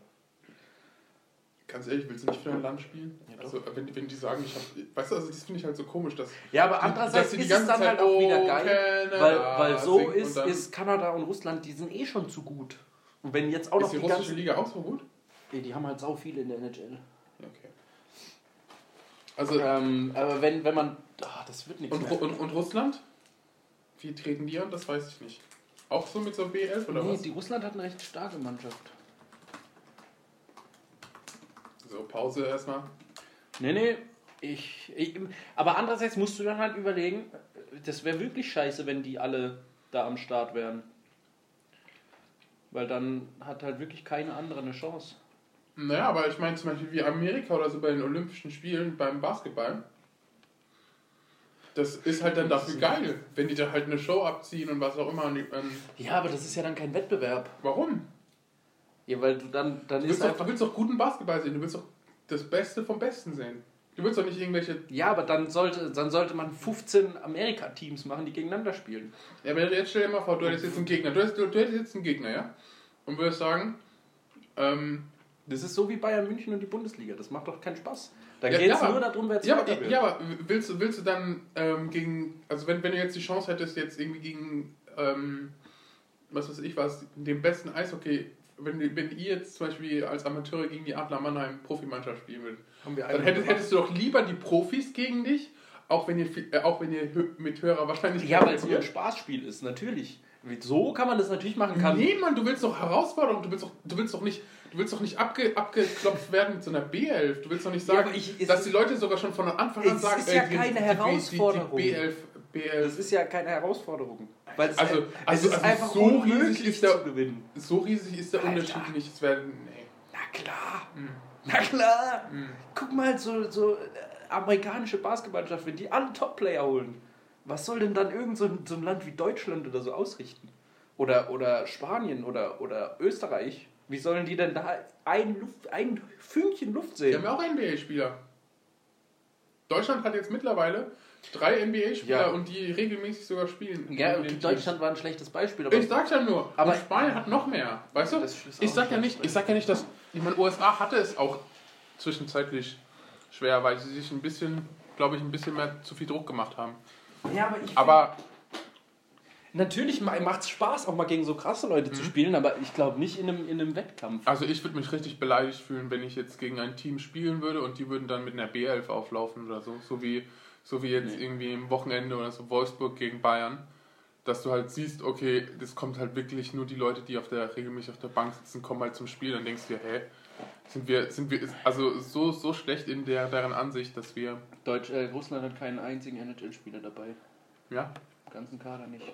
Speaker 2: Ganz ehrlich, willst du nicht für dein Land spielen?
Speaker 1: Ja, doch.
Speaker 2: also, wenn, wenn die sagen, ich hab. Weißt du, also das finde ich halt so komisch, dass.
Speaker 1: Ja, aber
Speaker 2: die- dass
Speaker 1: andererseits
Speaker 2: die die
Speaker 1: ist es
Speaker 2: ganze
Speaker 1: dann
Speaker 2: Zeit,
Speaker 1: halt auch wieder
Speaker 2: "Oh,
Speaker 1: geil,
Speaker 2: Kanada",
Speaker 1: weil, weil so
Speaker 2: singen und
Speaker 1: ist,
Speaker 2: dann
Speaker 1: ist Kanada und Russland, die sind eh schon zu gut. Und wenn jetzt auch noch
Speaker 2: Ist die
Speaker 1: die
Speaker 2: russische
Speaker 1: ganzen...
Speaker 2: Liga auch so gut?
Speaker 1: Ey, die haben halt sau viele in der NHL.
Speaker 2: Ja, Okay. Also,
Speaker 1: Ähm, aber wenn, wenn man... Ah, das wird nichts
Speaker 2: und, Ru-
Speaker 1: mehr.
Speaker 2: und, und Russland? Wie treten die an? Das weiß ich nicht. Auch so mit so B11 oder
Speaker 1: Nee,
Speaker 2: was?
Speaker 1: die Russland hat eine recht starke Mannschaft.
Speaker 2: So, Pause erstmal.
Speaker 1: Nee, nee. Ich, ich, aber andererseits musst du dann halt überlegen, das wäre wirklich scheiße, wenn die alle da am Start wären. Weil dann hat halt wirklich keine andere eine Chance.
Speaker 2: Naja, aber ich meine zum Beispiel wie Amerika oder so bei den Olympischen Spielen beim Basketball. Das ist halt dann dafür geil, wenn die da halt eine Show abziehen und was auch immer. Und die, ähm,
Speaker 1: Ja, aber das ist ja dann kein Wettbewerb.
Speaker 2: warum?
Speaker 1: Ja, weil du dann, dann ist
Speaker 2: Du willst, doch, du
Speaker 1: einfach.
Speaker 2: willst doch guten Basketball sehen, du willst doch das Beste vom Besten sehen. Du willst doch nicht irgendwelche.
Speaker 1: Ja, aber dann sollte, dann sollte man 15 Amerika-Teams machen, die gegeneinander spielen.
Speaker 2: Ja, aber jetzt stell dir mal vor, du hättest jetzt einen Gegner. Du hättest, du, du hättest jetzt einen Gegner, ja? Und würdest sagen, ähm,
Speaker 1: Das ist so wie Bayern München und die Bundesliga. Das macht doch keinen Spaß. Da
Speaker 2: Ja,
Speaker 1: geht
Speaker 2: ja,
Speaker 1: es
Speaker 2: aber-
Speaker 1: nur darum, wer
Speaker 2: ja,
Speaker 1: Zweiter
Speaker 2: aber,
Speaker 1: wird.
Speaker 2: ja, aber willst, du- willst du dann ähm, gegen. Also, wenn, wenn du jetzt die Chance hättest, jetzt irgendwie gegen. Ähm, was weiß ich was, den besten Eishockey. Wenn, du- wenn ihr jetzt zum Beispiel als Amateure gegen die Adler Mannheim Profimannschaft spielen würdet,
Speaker 1: Haben wir
Speaker 2: Dann
Speaker 1: einmal
Speaker 2: hättest,
Speaker 1: gemacht.
Speaker 2: hättest du doch lieber die Profis gegen dich, auch wenn ihr, viel- äh, auch wenn ihr hö- mit höherer Wahrscheinlichkeit.
Speaker 1: ja, weil es nur ein
Speaker 2: verliert.
Speaker 1: Spaßspiel ist, natürlich. So kann man das natürlich machen. Kann,
Speaker 2: Nee, Mann, du willst doch Herausforderung, du willst doch, du willst doch nicht, du willst doch nicht abge, abgeklopft werden mit so einer B11. Du willst doch nicht
Speaker 1: Ja,
Speaker 2: sagen,
Speaker 1: aber ich- es-
Speaker 2: dass die Leute sogar schon von Anfang an
Speaker 1: Es
Speaker 2: sagen, äh,
Speaker 1: ist ja keine Herausforderung.
Speaker 2: Die, die, die B11,
Speaker 1: Das
Speaker 2: B11,
Speaker 1: ist ja keine Herausforderung. Weil es,
Speaker 2: Also-
Speaker 1: also,
Speaker 2: also-
Speaker 1: es ist
Speaker 2: also
Speaker 1: einfach
Speaker 2: so riesig
Speaker 1: unmöglich
Speaker 2: ist der-
Speaker 1: zu gewinnen.
Speaker 2: so riesig ist der
Speaker 1: Alter.
Speaker 2: Unterschied nicht. Es werden, nee.
Speaker 1: Na klar.
Speaker 2: Mhm.
Speaker 1: Na klar. Guck mal, so, so äh, amerikanische Basketballmannschaft, wenn die alle Top-Player holen, was soll denn dann irgend so ein, so ein Land wie Deutschland oder so ausrichten? Oder, oder Spanien oder, oder Österreich? Wie sollen die denn da ein, Luft, ein Fünkchen Luft
Speaker 2: Die
Speaker 1: sehen?
Speaker 2: haben ja auch NBA-Spieler. Deutschland hat jetzt mittlerweile drei NBA-Spieler
Speaker 1: Ja.
Speaker 2: und die regelmäßig sogar
Speaker 1: Ja,
Speaker 2: spielen. in den
Speaker 1: okay,
Speaker 2: Teams.
Speaker 1: Deutschland war ein schlechtes Beispiel, aber
Speaker 2: Ich sag's ja nur,
Speaker 1: Aber-
Speaker 2: aber Spanien hat noch mehr, weißt du?
Speaker 1: Das ist auch
Speaker 2: Ich sag ja
Speaker 1: nicht
Speaker 2: nicht, ich sag ja nicht, dass ich meine USA hatte es auch zwischenzeitlich schwer, weil sie sich ein bisschen, glaube ich, ein bisschen mehr zu viel Druck gemacht haben.
Speaker 1: ja, aber ich
Speaker 2: Aber
Speaker 1: Natürlich macht es Spaß, auch mal gegen so krasse Leute zu spielen, aber ich glaube nicht in einem, in einem Wettkampf.
Speaker 2: also ich würde mich richtig beleidigt fühlen, wenn ich jetzt gegen ein Team spielen würde und die würden dann mit einer B11 auflaufen oder so, so wie so wie jetzt irgendwie im Wochenende oder so Wolfsburg gegen Bayern, dass du halt siehst, okay, das kommt halt wirklich nur die Leute, die auf der regelmäßig auf der Bank sitzen, kommen halt zum Spiel, dann denkst du dir, hä, sind wir sind wir ist- also so so schlecht in der deren Ansicht, dass wir
Speaker 1: Deutsch, äh, Russland hat keinen einzigen NHL-Spieler dabei.
Speaker 2: ja,
Speaker 3: Im ganzen Kader nicht.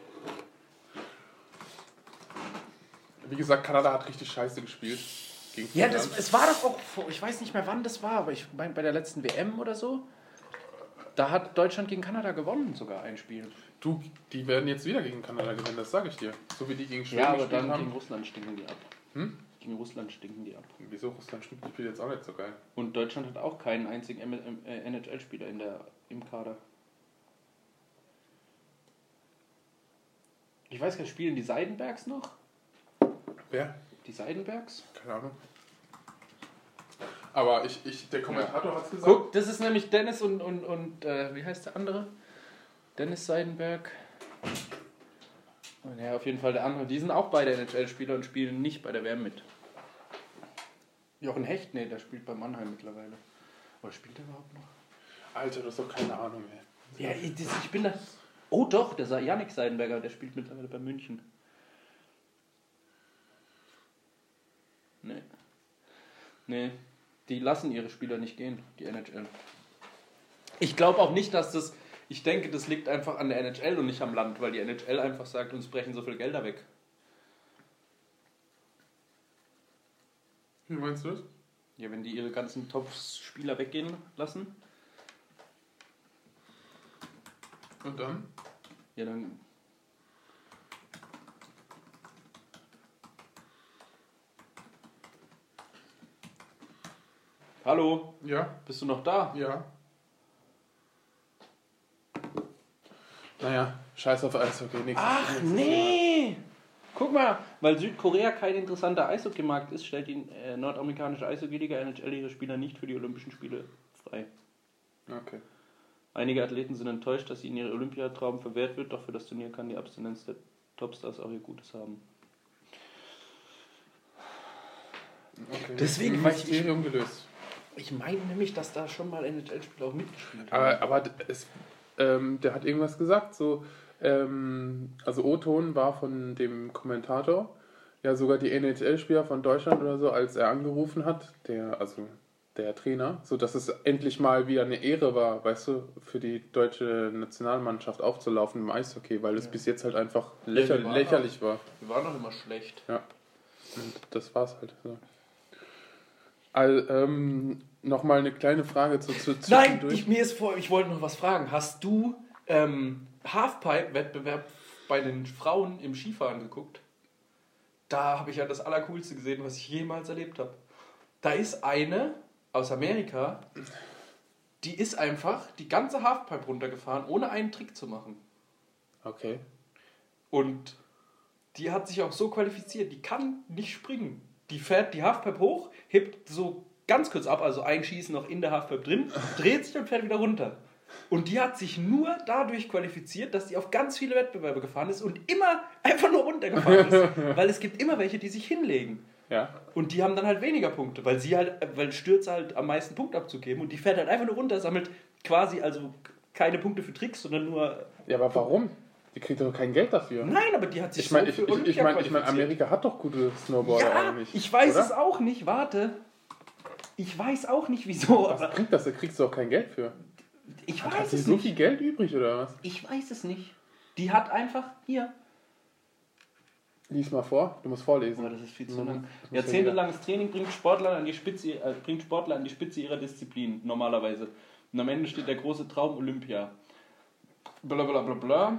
Speaker 2: Wie gesagt, Kanada hat richtig scheiße gespielt. Gegen
Speaker 1: Ja,
Speaker 2: Finnland.
Speaker 1: das, es war doch auch, vor- ich weiß nicht mehr wann das war, aber ich meine bei der letzten WM oder so, da hat Deutschland gegen Kanada gewonnen sogar ein Spiel.
Speaker 2: Du, die werden jetzt wieder gegen Kanada gewinnen, das sage ich dir. So wie die gegen Schweden
Speaker 1: Ja, aber
Speaker 2: gespielt
Speaker 1: dann gegen
Speaker 2: haben.
Speaker 1: Russland stinken die ab.
Speaker 2: Hm?
Speaker 1: Gegen Russland stinken die ab.
Speaker 2: Wieso Russland spielt spielt jetzt auch nicht so geil?
Speaker 1: Und Deutschland hat auch keinen einzigen M- äh, NHL-Spieler in der, im Kader. Ich weiß gar nicht, spielen die Seidenbergs noch?
Speaker 2: Wer?
Speaker 1: Die Seidenbergs?
Speaker 2: Keine Ahnung. Aber ich, ich, der Kommentator hat's gesagt.
Speaker 1: Guck, das ist nämlich Dennis und, und, und äh, wie heißt der andere? Dennis Seidenberg. Und ja, auf jeden Fall der andere. Die sind auch beide NHL-Spieler und spielen nicht bei der WM mit. Jochen Hecht, nee, der spielt bei Mannheim mittlerweile. Oder spielt er überhaupt noch?
Speaker 2: Alter, du hast doch keine Ahnung, ey.
Speaker 1: Ja, ich, das, ich bin da. Oh doch, der Sa- Yannick Seidenberger, der spielt mittlerweile bei München. Nee. Nee. Die lassen ihre Spieler nicht gehen, die NHL. Ich glaube auch nicht, dass das. Ich denke, das liegt einfach an der NHL und nicht am Land, weil die NHL einfach sagt, uns brechen so viel Gelder weg.
Speaker 2: Wie meinst du das?
Speaker 1: Ja, wenn die ihre ganzen Top-Spieler weggehen lassen,
Speaker 2: Und dann?
Speaker 1: ja dann. Hallo?
Speaker 2: Ja,
Speaker 1: Bist du noch da?
Speaker 2: ja. Naja, scheiß auf Eishockey, nichts.
Speaker 1: Ach nee! Guck mal, weil Südkorea kein interessanter Eishockeymarkt ist, stellt die äh, nordamerikanische Eishockey-Liga NHL ihre Spieler nicht für die Olympischen Spiele frei.
Speaker 2: Okay.
Speaker 1: Einige Athleten sind enttäuscht, dass ihnen ihr Olympiatraum verwehrt wird, doch für das Turnier kann die Abstinenz der Topstars auch ihr Gutes haben.
Speaker 2: okay.
Speaker 1: Deswegen, weil ich-
Speaker 2: Mysterium gelöst.
Speaker 1: Ich meine nämlich, dass da schon mal NHL-Spieler auch mitgespielt
Speaker 2: Aber, aber es, ähm, der hat irgendwas gesagt. So, ähm, also O-Ton war von dem Kommentator. Ja, sogar die NHL-Spieler von Deutschland oder so, als er angerufen hat, der, also der Trainer, so dass es endlich mal wieder eine Ehre war, weißt du, für die deutsche Nationalmannschaft aufzulaufen im Eishockey, weil es bis jetzt halt einfach lächer
Speaker 3: wir waren
Speaker 2: lächerlich war.
Speaker 3: Wir waren doch immer schlecht.
Speaker 2: Ja. Und das war's halt. So. Also, ähm, Nochmal eine kleine Frage zu, zu
Speaker 3: Nein,
Speaker 2: zwischendurch.
Speaker 3: ich, mir ist vor, ich wollte noch was fragen. Hast du ähm, Halfpipe-Wettbewerb bei den Frauen im Skifahren geguckt? Da habe ich ja das Allercoolste gesehen, was ich jemals erlebt habe. Da ist eine aus Amerika, die ist einfach die ganze Halfpipe runtergefahren, ohne einen Trick zu machen.
Speaker 2: Okay.
Speaker 3: Und die hat sich auch so qualifiziert, die kann nicht springen. Die fährt die Halfpipe hoch, hebt so ganz kurz ab, also einschießen noch in der Halfpipe drin, dreht sich und fährt wieder runter. Und die hat sich nur dadurch qualifiziert, dass die auf ganz viele Wettbewerbe gefahren ist und immer einfach nur runtergefahren ist. Weil es gibt immer welche, die sich hinlegen.
Speaker 2: Ja.
Speaker 3: Und die haben dann halt weniger Punkte, weil sie halt, weil Stürze halt am meisten Punkte abzugeben und die fährt halt einfach nur runter, sammelt quasi also keine Punkte für Tricks, sondern nur.
Speaker 2: Ja, aber warum? Die kriegt doch kein Geld dafür.
Speaker 3: Nein, aber die hat sich
Speaker 2: Ich meine,
Speaker 3: so für
Speaker 2: ich, ich, ich
Speaker 3: Olympia
Speaker 2: mein, ich mein,
Speaker 3: qualifiziert.
Speaker 2: Amerika hat doch gute Snowboarder
Speaker 3: ja,
Speaker 2: eigentlich.
Speaker 3: ich weiß
Speaker 2: oder?
Speaker 3: es auch nicht, warte. Ich weiß auch nicht wieso,
Speaker 2: Was
Speaker 3: aber
Speaker 2: bringt das? Da kriegst du auch kein Geld für.
Speaker 1: ich
Speaker 2: Hat sie so viel Geld übrig oder was?
Speaker 1: Ich weiß es nicht. Die hat einfach hier.
Speaker 2: Lies mal vor, du musst vorlesen.
Speaker 1: Aber das ist viel zu
Speaker 2: Mhm.
Speaker 1: lang.
Speaker 2: Das muss ja
Speaker 1: Jahrzehntelanges Training bringt Sportler an die Spitze, äh, bringt Sportler an die Spitze ihrer Disziplin, normalerweise. Und am Ende steht der große Traum Olympia. Bla bla bla bla.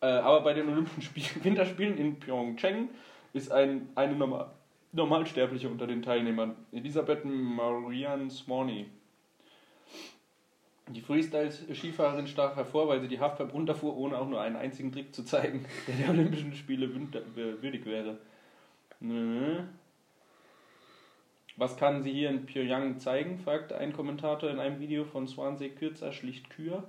Speaker 1: Äh, aber bei den Olympischen Spiel Winterspielen in Pyeongchang ist ein, eine Norma Normalsterbliche unter den Teilnehmern. Elisabeth Marian Swaney. Die Freestyle-Skifahrerin stach hervor, weil sie die Halfpipe runterfuhr, ohne auch nur einen einzigen Trick zu zeigen, der der Olympischen Spiele wünter- äh, würdig wäre. Nö. Mhm. Was kann sie hier in Pyongyang zeigen? fragte ein Kommentator in einem Video von Swansea Kürzer schlicht Kür.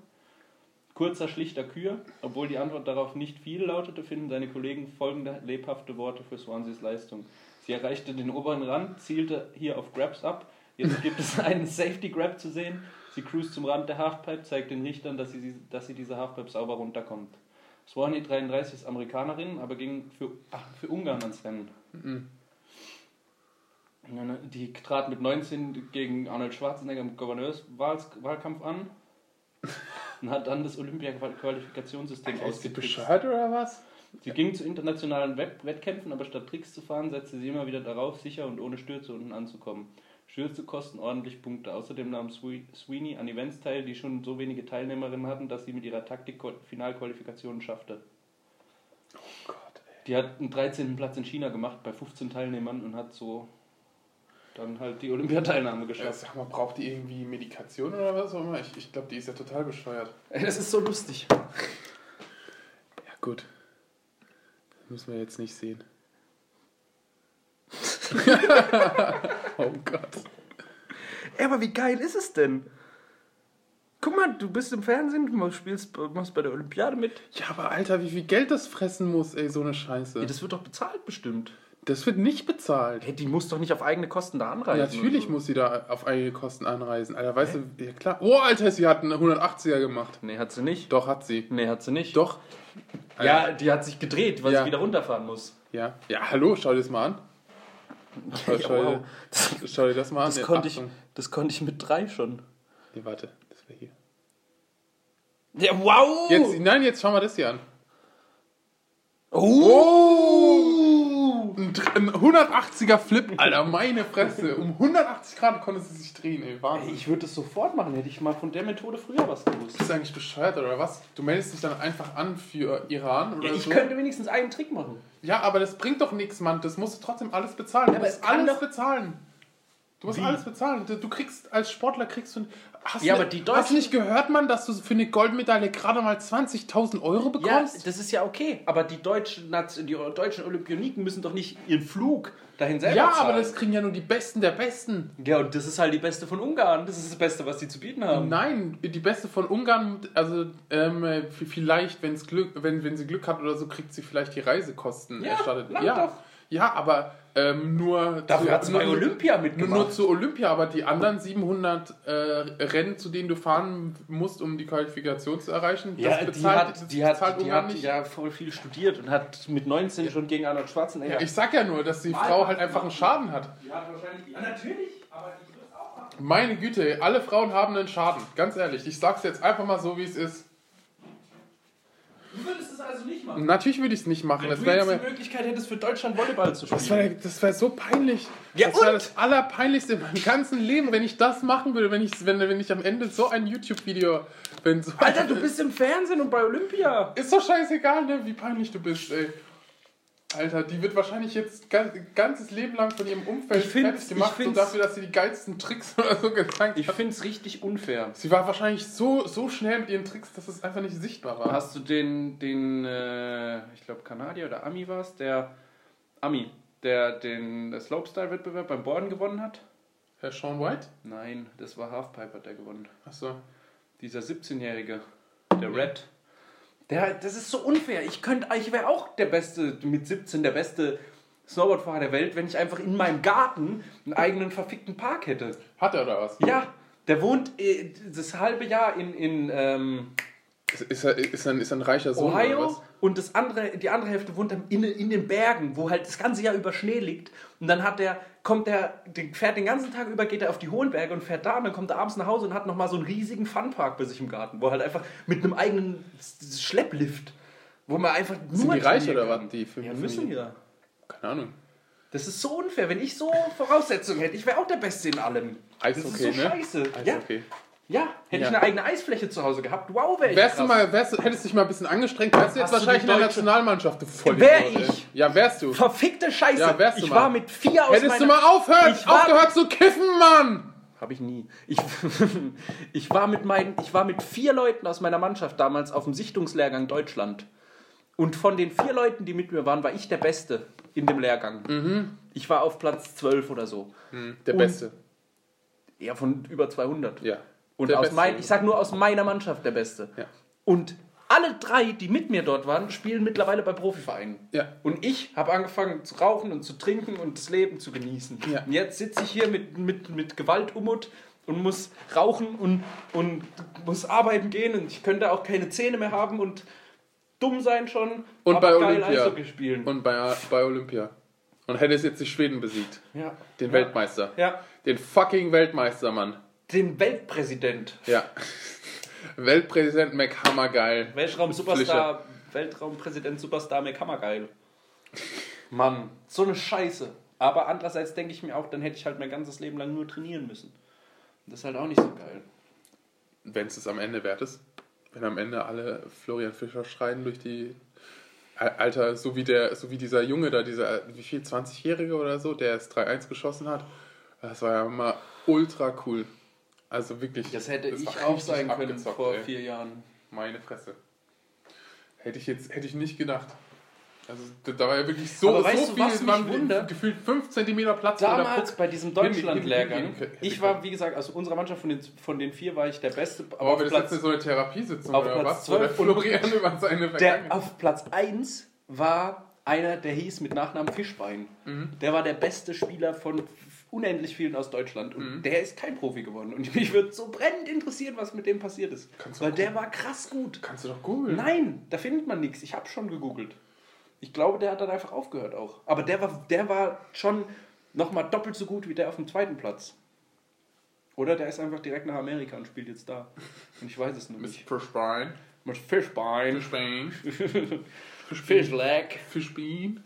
Speaker 1: Kurzer schlichter Kür, obwohl die Antwort darauf nicht viel lautete, finden seine Kollegen folgende lebhafte Worte für Swanseas Leistung. Sie erreichte den oberen Rand, zielte hier auf Grabs ab. Jetzt gibt es einen Safety Grab zu sehen. Sie cruist zum Rand der Halfpipe, zeigt den Richtern, dass sie, dass sie diese Halfpipe sauber runterkommt. Swanee 33 ist Amerikanerin, aber ging für, ach, für Ungarn ans Rennen.
Speaker 2: Mhm.
Speaker 1: Ja, ne, Die trat mit 19 gegen Arnold Schwarzenegger im Gouverneurswahlkampf an. und hat dann das Olympia-Qualifikationssystem
Speaker 2: Ist die
Speaker 1: ausgetrickst.
Speaker 2: bescheuert oder was?
Speaker 1: Sie ging zu internationalen Web Wettkämpfen, aber statt Tricks zu fahren, setzte sie immer wieder darauf, sicher und ohne Stürze unten anzukommen. Stürze kosten ordentlich Punkte. Außerdem nahm Swe- Sweeney an Events teil, die schon so wenige Teilnehmerinnen hatten, dass sie mit ihrer Taktik Qual- Finalqualifikationen schaffte.
Speaker 2: Oh Gott, ey.
Speaker 1: Die hat einen 13. Platz in China gemacht bei 15 Teilnehmern und hat so dann halt die Olympiateilnahme
Speaker 2: Ja,
Speaker 1: geschafft.
Speaker 2: sag mal, braucht die irgendwie Medikation oder was auch immer? Ich, ich glaube, die ist ja total bescheuert.
Speaker 4: Ey, das ist so lustig.
Speaker 2: Ja, gut. Müssen wir jetzt nicht sehen. oh Gott.
Speaker 4: Ey, aber wie geil ist es denn? Guck mal, du bist im Fernsehen, du spielst, machst bei der Olympiade mit.
Speaker 2: Ja, aber Alter, wie viel Geld das fressen muss, ey, so eine Scheiße.
Speaker 4: Ja, das wird doch bezahlt bestimmt.
Speaker 2: Das wird nicht bezahlt.
Speaker 4: Hey, die muss doch nicht auf eigene Kosten da anreisen.
Speaker 2: Natürlich
Speaker 4: oder so.
Speaker 2: muss sie da auf eigene Kosten anreisen. Alter, weißt du, ja klar. Oh, Alter, sie hat einen 180er gemacht.
Speaker 4: Nee, hat sie nicht.
Speaker 2: Doch, hat sie.
Speaker 4: Nee, hat sie nicht.
Speaker 2: Doch.
Speaker 4: Ja, die hat sich gedreht, weil
Speaker 2: Ja.
Speaker 4: sie wieder runterfahren muss.
Speaker 2: Ja. Ja, hallo, schau dir das mal an. Schau,
Speaker 4: Ja,
Speaker 2: schau,
Speaker 4: wow.
Speaker 2: dir, schau dir das mal an.
Speaker 4: Das
Speaker 2: Ja,
Speaker 4: konnte, ich,
Speaker 2: Achtung.
Speaker 4: das konnte ich mit drei schon.
Speaker 2: Nee, warte, das wäre hier.
Speaker 4: Oh. Ja, wow!
Speaker 2: Jetzt, nein, jetzt schau mal das hier an.
Speaker 4: Oh!
Speaker 2: Ein Dr- ein 180er Flip, Alter, meine Fresse. Um 180 Grad konnte sie sich drehen, ey,
Speaker 1: Ey,
Speaker 2: Wahnsinn.
Speaker 1: Ich würde das sofort machen, hätte ich mal von der Methode früher was gewusst.
Speaker 2: Bist du eigentlich bescheuert oder was? Du meldest dich dann einfach an für Iran oder
Speaker 1: Ja, ich
Speaker 2: so.
Speaker 1: könnte wenigstens einen Trick machen.
Speaker 2: Ja, aber das bringt doch nichts, Mann. Das musst du trotzdem alles bezahlen.
Speaker 1: Ja,
Speaker 2: du
Speaker 1: aber
Speaker 2: musst
Speaker 1: es kann
Speaker 2: alles
Speaker 1: doch-
Speaker 2: bezahlen. Du musst
Speaker 1: Wie?
Speaker 2: alles bezahlen. Du, du kriegst als Sportler kriegst du. Hast
Speaker 4: Ja,
Speaker 2: du- ne-
Speaker 4: aber die
Speaker 2: hast du
Speaker 4: Deutschen-
Speaker 2: nicht gehört, Mann, dass du für eine Goldmedaille gerade mal 20.000 Euro
Speaker 4: Ja,
Speaker 2: bekommst?
Speaker 4: das ist ja okay, aber die deutschen, Nation- die deutschen Olympioniken müssen doch nicht ihren Flug dahin selber
Speaker 2: ja
Speaker 4: zahlen.
Speaker 2: aber das kriegen ja nur die Besten der Besten.
Speaker 4: Ja, und das ist halt die Beste von Ungarn. Das ist das Beste, was die zu bieten haben.
Speaker 2: Nein, die Beste von Ungarn, also ähm, v- vielleicht, wenn's Glück, wenn, wenn sie Glück hat oder so, kriegt sie vielleicht die Reisekosten
Speaker 4: Ja,
Speaker 2: erstattet.
Speaker 4: na
Speaker 2: ja,
Speaker 4: doch.
Speaker 2: ja, aber ähm, nur.
Speaker 4: Dafür
Speaker 2: zu-
Speaker 4: hat sie bei
Speaker 2: nur-
Speaker 4: Olympia
Speaker 2: Nur,
Speaker 4: mitgemacht.
Speaker 2: nur zu Olympia, aber die anderen 700 äh, Rennen, zu denen du fahren musst, um die Qualifikation zu erreichen,
Speaker 4: ja, die hat, die
Speaker 2: bezahlt
Speaker 4: hat, die
Speaker 2: Ungarn
Speaker 4: hat
Speaker 2: nicht.
Speaker 4: ja voll viel studiert und hat mit 19 schon gegen Arnold Schwarzenegger.
Speaker 2: Ich sag ja nur, dass die Frau halt einfach einen Schaden hat.
Speaker 1: Ja, wahrscheinlich. Ja, natürlich, aber ich würde es auch machen.
Speaker 2: Meine Güte, alle Frauen haben einen Schaden. Ganz ehrlich, ich sag's jetzt einfach mal so, wie es ist.
Speaker 1: Du würdest es also nicht machen.
Speaker 2: Natürlich würde ich es nicht machen.
Speaker 1: Wenn
Speaker 2: Das
Speaker 1: du
Speaker 2: wäre ja
Speaker 1: jetzt
Speaker 2: mein,
Speaker 1: die Möglichkeit hättest, für Deutschland Volleyball zu
Speaker 2: Das wäre
Speaker 1: spielen.
Speaker 2: das wär so peinlich.
Speaker 4: Ja,
Speaker 2: das wäre
Speaker 4: und?
Speaker 2: das Allerpeinlichste in meinem ganzen Leben, wenn ich das machen würde, wenn ich, wenn, wenn ich am Ende so ein YouTube-Video. Wenn so
Speaker 4: Alter, du bist im Fernsehen und bei Olympia.
Speaker 2: Ist doch scheißegal, ne? wie peinlich du bist, ey. Alter, die wird wahrscheinlich jetzt ganz, ganzes Leben lang von ihrem Umfeld
Speaker 4: Ich find's-
Speaker 2: fertig gemacht,
Speaker 4: ich
Speaker 2: so
Speaker 4: find's-
Speaker 2: dafür, dass sie die geilsten Tricks oder so gezeigt
Speaker 4: Ich
Speaker 2: hat.
Speaker 4: finde es richtig unfair.
Speaker 2: Sie war wahrscheinlich so, so schnell mit ihren Tricks, dass es einfach nicht sichtbar war.
Speaker 4: Hast du den, den äh, ich glaube Kanadier oder Ami war es, der Ami, der den Slopestyle-Wettbewerb beim Boarden gewonnen hat?
Speaker 2: Herr Sean White?
Speaker 4: Nein, das war Halfpipe hat der gewonnen.
Speaker 2: Achso.
Speaker 4: Dieser 17-Jährige, der Red. Der, das ist so unfair. Ich könnte, ich wäre auch der beste, mit 17 der beste Snowboardfahrer der Welt, wenn ich einfach in meinem Garten einen eigenen verfickten Park hätte.
Speaker 2: Hat er oder was?
Speaker 4: Ja, der wohnt äh, das halbe Jahr in, in ähm,
Speaker 2: Ist, ist, er, ist, er, ein- ist er ein reicher Sohn oder
Speaker 4: Ohio
Speaker 2: was?
Speaker 4: und das andere, die andere Hälfte wohnt dann in, in den Bergen, wo halt das ganze Jahr über Schnee liegt. Und dann hat der, kommt der, den, fährt den ganzen Tag über, geht er auf die hohen Berge und fährt da und dann kommt er abends nach Hause und hat nochmal so einen riesigen Funpark bei sich im Garten, wo halt einfach mit einem eigenen S- Schlepplift, wo man einfach nur
Speaker 2: Sind die reich
Speaker 4: trainieren
Speaker 2: oder
Speaker 4: kann.
Speaker 2: was? Die fünf
Speaker 4: Ja, müssen
Speaker 2: Familien?
Speaker 4: ja.
Speaker 2: Keine Ahnung.
Speaker 4: Das ist so unfair. Wenn ich so Voraussetzungen hätte, ich wäre auch der Beste in allem.
Speaker 2: Eishockey,
Speaker 4: das ist so
Speaker 2: ne?
Speaker 4: scheiße.
Speaker 2: Also
Speaker 4: ja,
Speaker 2: okay.
Speaker 4: ja, hätte
Speaker 2: Ja.
Speaker 4: ich eine eigene Eisfläche zu Hause gehabt. Wow, wäre ich
Speaker 2: Wärst du
Speaker 4: krass.
Speaker 2: mal, wärst, du- hättest dich mal ein bisschen angestrengt, wärst du jetzt
Speaker 4: Hast du die
Speaker 2: wahrscheinlich in der
Speaker 4: deutsche-
Speaker 2: Nationalmannschaft, du Vollidiot.
Speaker 4: Wär
Speaker 2: ey.
Speaker 4: ich.
Speaker 2: Ja, wärst du.
Speaker 4: Verfickte Scheiße.
Speaker 2: Ja, wärst du
Speaker 4: ich
Speaker 2: mal.
Speaker 4: war mit vier aus
Speaker 2: Hättest
Speaker 4: meiner...
Speaker 2: du mal aufhört,
Speaker 4: Ich war-
Speaker 2: aufgehört zu kiffen, Mann!
Speaker 4: Habe ich nie. Ich, ich, war mit meinen, ich war mit vier Leuten aus meiner Mannschaft damals auf dem Sichtungslehrgang Deutschland. Und von den vier Leuten, die mit mir waren, war ich der Beste in dem Lehrgang.
Speaker 2: Mhm.
Speaker 4: Ich war auf Platz 12 oder so.
Speaker 2: Der
Speaker 4: Und-
Speaker 2: Beste.
Speaker 4: Ja, von über 200.
Speaker 2: Ja.
Speaker 4: Und
Speaker 2: der
Speaker 4: aus
Speaker 2: Beste.
Speaker 4: mein, ich sag nur aus meiner Mannschaft der Beste.
Speaker 2: Ja.
Speaker 4: Und alle drei, die mit mir dort waren, spielen mittlerweile bei Profivereinen.
Speaker 2: Ja.
Speaker 4: Und ich habe angefangen zu rauchen und zu trinken und das Leben zu genießen.
Speaker 2: Ja.
Speaker 4: Und jetzt sitze ich hier mit, mit, mit Gewalt umut und muss rauchen und, und muss arbeiten gehen und ich könnte auch keine Zähne mehr haben und dumm sein schon.
Speaker 2: Und bei
Speaker 4: aber geil
Speaker 2: Olympia.
Speaker 4: Eishockey spielen.
Speaker 2: Und bei, bei Olympia. Und hättest jetzt die Schweden besiegt.
Speaker 4: ja.
Speaker 2: Den
Speaker 4: ja.
Speaker 2: Weltmeister.
Speaker 4: Ja.
Speaker 2: Den fucking Weltmeister, Mann.
Speaker 4: Den Weltpräsident.
Speaker 2: Ja. Weltpräsident Mac Hammergeil.
Speaker 4: Weltraum-Superstar, Weltraumpräsident Superstar McHammergeil. Mann, so eine Scheiße. Aber andererseits denke ich mir auch, dann hätte ich halt mein ganzes Leben lang nur trainieren müssen. Das ist halt auch nicht so geil.
Speaker 2: Wenn es am Ende wert ist. Wenn am Ende alle Florian Fischer schreien durch die. Al- Alter, so wie, der, so wie dieser Junge da, dieser, wie viel, 20-Jährige oder so, der es 3-1 geschossen hat. Das war ja mal ultra cool. Also wirklich.
Speaker 4: Das hätte
Speaker 2: war
Speaker 4: ich auch
Speaker 2: richtig
Speaker 4: sein können
Speaker 2: abgezockt,
Speaker 4: vor
Speaker 2: ey.
Speaker 4: vier Jahren.
Speaker 2: Meine Fresse. Hätte ich jetzt hätte ich nicht gedacht. Also da- da war ja wirklich so,
Speaker 4: Aber
Speaker 2: so
Speaker 4: weißt du,
Speaker 2: viel,
Speaker 4: was
Speaker 2: es
Speaker 4: mich
Speaker 2: waren
Speaker 4: wundert?
Speaker 2: gefühlt 5 cm Platz wo der
Speaker 4: Damals
Speaker 2: Puck-
Speaker 4: bei diesem
Speaker 2: hin- hin-
Speaker 4: Deutschland-Lehrgang,
Speaker 2: hingehen hätte
Speaker 4: ich war, wie gesagt, aus unserer Mannschaft von den, von den vier war ich der Beste, aber
Speaker 2: aber
Speaker 4: auf
Speaker 2: wir das jetzt
Speaker 4: Platz,
Speaker 2: eine so eine Therapiesitzung
Speaker 4: auf
Speaker 2: oder
Speaker 4: Platz
Speaker 2: was? Wo der
Speaker 4: 12.
Speaker 2: Florian über seine
Speaker 4: der,
Speaker 2: Vergangenheit.
Speaker 4: auf Platz 1 war einer, der hieß mit Nachnamen Fischbein.
Speaker 2: Mhm.
Speaker 4: Der war der beste Spieler von unendlich vielen aus Deutschland und
Speaker 2: Mhm.
Speaker 4: der ist kein Profi geworden. Und mich würde so brennend interessieren, was mit dem passiert ist.
Speaker 2: Kannst du
Speaker 4: Weil
Speaker 2: auch
Speaker 4: der war krass gut.
Speaker 2: Kannst du doch googeln.
Speaker 4: Nein, da findet man nichts. Ich habe schon gegoogelt. Ich glaube, der hat dann einfach aufgehört auch. Aber der war, der war schon nochmal doppelt so gut wie der auf dem zweiten Platz. Oder der ist einfach direkt nach Amerika und spielt jetzt da. Und ich weiß es nur
Speaker 2: Mr.
Speaker 4: nicht.
Speaker 2: Fischbein.
Speaker 4: Mit Fischbein,
Speaker 2: Fischbein.
Speaker 4: Fischleg.
Speaker 2: Fischbein.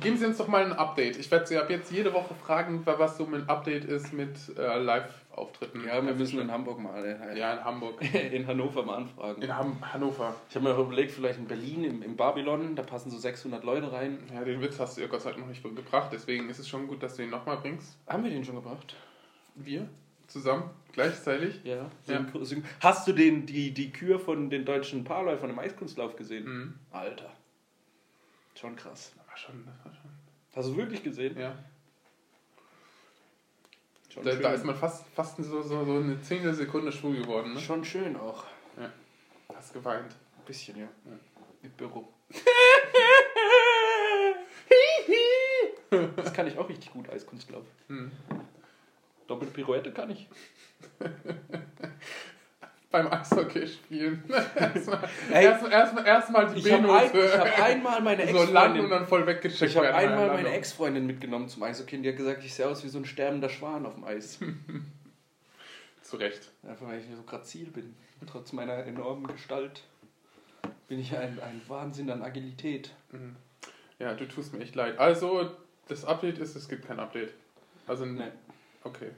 Speaker 2: Geben Sie uns doch mal ein Update. Ich werde Sie ab jetzt jede Woche fragen, was so ein Update ist mit äh, Live-Auftritten.
Speaker 4: Ja, wir müssen in Hamburg mal. äh,
Speaker 2: ja, in Hamburg.
Speaker 4: In Hannover mal anfragen.
Speaker 2: In Ham Hannover.
Speaker 4: Ich habe mir auch überlegt, vielleicht in Berlin, im, im Babylon, da passen so 600 Leute rein.
Speaker 2: Ja, den Witz hast du ja Gott sei Dank noch nicht gebracht, deswegen ist es schon gut, dass du ihn nochmal bringst.
Speaker 4: Haben wir den schon gebracht?
Speaker 2: Wir zusammen, gleichzeitig.
Speaker 4: Ja.
Speaker 2: Ja.
Speaker 4: Synchro- Syn Hast du den, die, die Kür von den deutschen Paarläufern im Eiskunstlauf gesehen?
Speaker 2: Mhm.
Speaker 4: Alter. Schon krass.
Speaker 2: Das war schon, das war schon.
Speaker 4: Hast du wirklich gesehen?
Speaker 2: Ja.
Speaker 4: Schon,
Speaker 2: Da,
Speaker 4: schön.
Speaker 2: da ist man fast, fast so, so, so eine Zehntelsekunde schwul geworden, ne?
Speaker 4: Schon schön auch.
Speaker 2: Hast geweint.
Speaker 4: Ein bisschen, ja.
Speaker 2: Ja.
Speaker 4: Im Büro. das kann ich auch richtig gut, Eiskunstlauf.
Speaker 2: Hm.
Speaker 4: Doppelte Pirouette kann ich.
Speaker 2: Beim Eishockey spielen. erstmal
Speaker 4: Ey,
Speaker 2: erstmal erstmal- erstmal die
Speaker 4: Ich habe ein, ich
Speaker 2: B-Note.
Speaker 4: hab einmal meine
Speaker 2: so lang
Speaker 4: Ex-Freundin
Speaker 2: und dann voll weggecheckt
Speaker 4: Ich habe
Speaker 2: werden bei
Speaker 4: einmal
Speaker 2: einer
Speaker 4: meine
Speaker 2: Landung.
Speaker 4: Ex-Freundin mitgenommen zum Eishockey, die hat gesagt, ich sehe aus wie so ein sterbender Schwan auf dem Eis.
Speaker 2: Zu Recht.
Speaker 4: Einfach weil ich so grazil bin. Trotz meiner enormen Gestalt bin ich ein, ein Wahnsinn an Agilität.
Speaker 2: Mhm. Ja, du tust mir echt leid. Also, das Update ist, es gibt kein Update. Also,
Speaker 4: Nee.
Speaker 2: okay.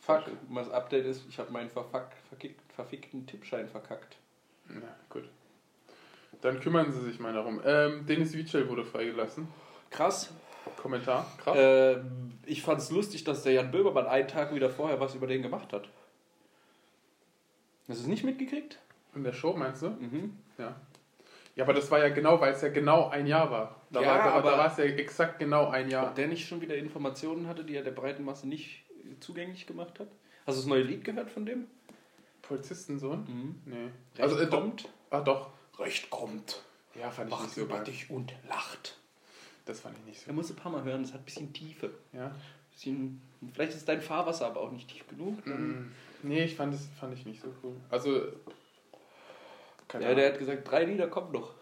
Speaker 4: Fuck, das Update ist, ich habe meinen verfuck, verkick, verfickten Tippschein verkackt.
Speaker 2: Na gut. Dann kümmern Sie sich mal darum. Ähm, Denis Vichel wurde freigelassen.
Speaker 4: Krass.
Speaker 2: Kommentar. Krass.
Speaker 4: Äh, ich fand es lustig, dass der Jan Böhmermann einen Tag wieder vorher was über den gemacht hat. Hast du es nicht mitgekriegt?
Speaker 2: In der Show meinst du?
Speaker 4: Mhm.
Speaker 2: Ja. Ja, aber das war ja genau, weil es ja genau ein Jahr war. Da
Speaker 4: Ja,
Speaker 2: war, da, war-
Speaker 4: aber-
Speaker 2: da war es ja exakt genau ein Jahr.
Speaker 4: Ob der nicht schon wieder Informationen hatte, die er der breiten Masse nicht äh, zugänglich gemacht hat? Hast du das neue Lied gehört von dem?
Speaker 2: Polizistensohn?
Speaker 4: Mhm.
Speaker 2: Nee.
Speaker 4: Recht
Speaker 2: Also, äh, doch.
Speaker 4: kommt.
Speaker 2: Ah, doch.
Speaker 4: Recht kommt.
Speaker 2: Ja, fand ich nicht
Speaker 4: Wacht
Speaker 2: so
Speaker 4: über
Speaker 2: geil.
Speaker 4: dich und lacht.
Speaker 2: Das fand ich nicht so
Speaker 4: Er muss ein paar Mal hören, das hat ein bisschen Tiefe.
Speaker 2: Ja.
Speaker 4: Bisschen, vielleicht ist dein Fahrwasser aber auch nicht tief genug.
Speaker 2: Mm. Nee, ich fand es fand ich nicht so cool. Also, keine
Speaker 4: Ja, Mhm.
Speaker 2: Ahnung.
Speaker 4: der hat gesagt, drei Lieder kommen noch.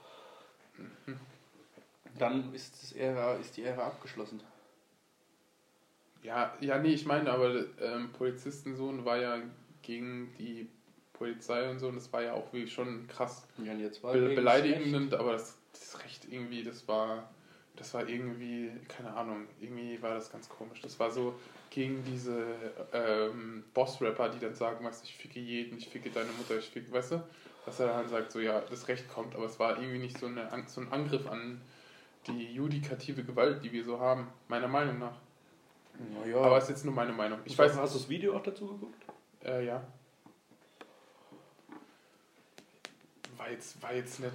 Speaker 4: Dann ist, das Ära, ist die Ära abgeschlossen.
Speaker 2: Ja, ja, nee, ich meine, aber ähm, Polizistensohn war ja gegen die Polizei und so und das war ja auch wie schon krass
Speaker 4: Jan, jetzt war
Speaker 2: be
Speaker 4: gegen Recht.
Speaker 2: beleidigend, aber das, das Recht irgendwie, das war, das war irgendwie, keine Ahnung, irgendwie war das ganz komisch. Das war so gegen diese ähm, Boss-Rapper, die dann sagen, was ich ficke jeden, ich ficke deine Mutter, ich ficke, weißt du? Dass er dann sagt, so ja, das Recht kommt, aber es war irgendwie nicht so, eine, An- so ein Angriff an die judikative Gewalt, die wir so haben, meiner Meinung nach.
Speaker 4: Naja,
Speaker 2: Aber
Speaker 4: aber
Speaker 2: es ist jetzt nur meine Meinung. Ich
Speaker 4: ich
Speaker 2: weiß,
Speaker 4: weiß, hast du das Video auch dazu geguckt?
Speaker 2: äh, ja. War jetzt, war jetzt nicht.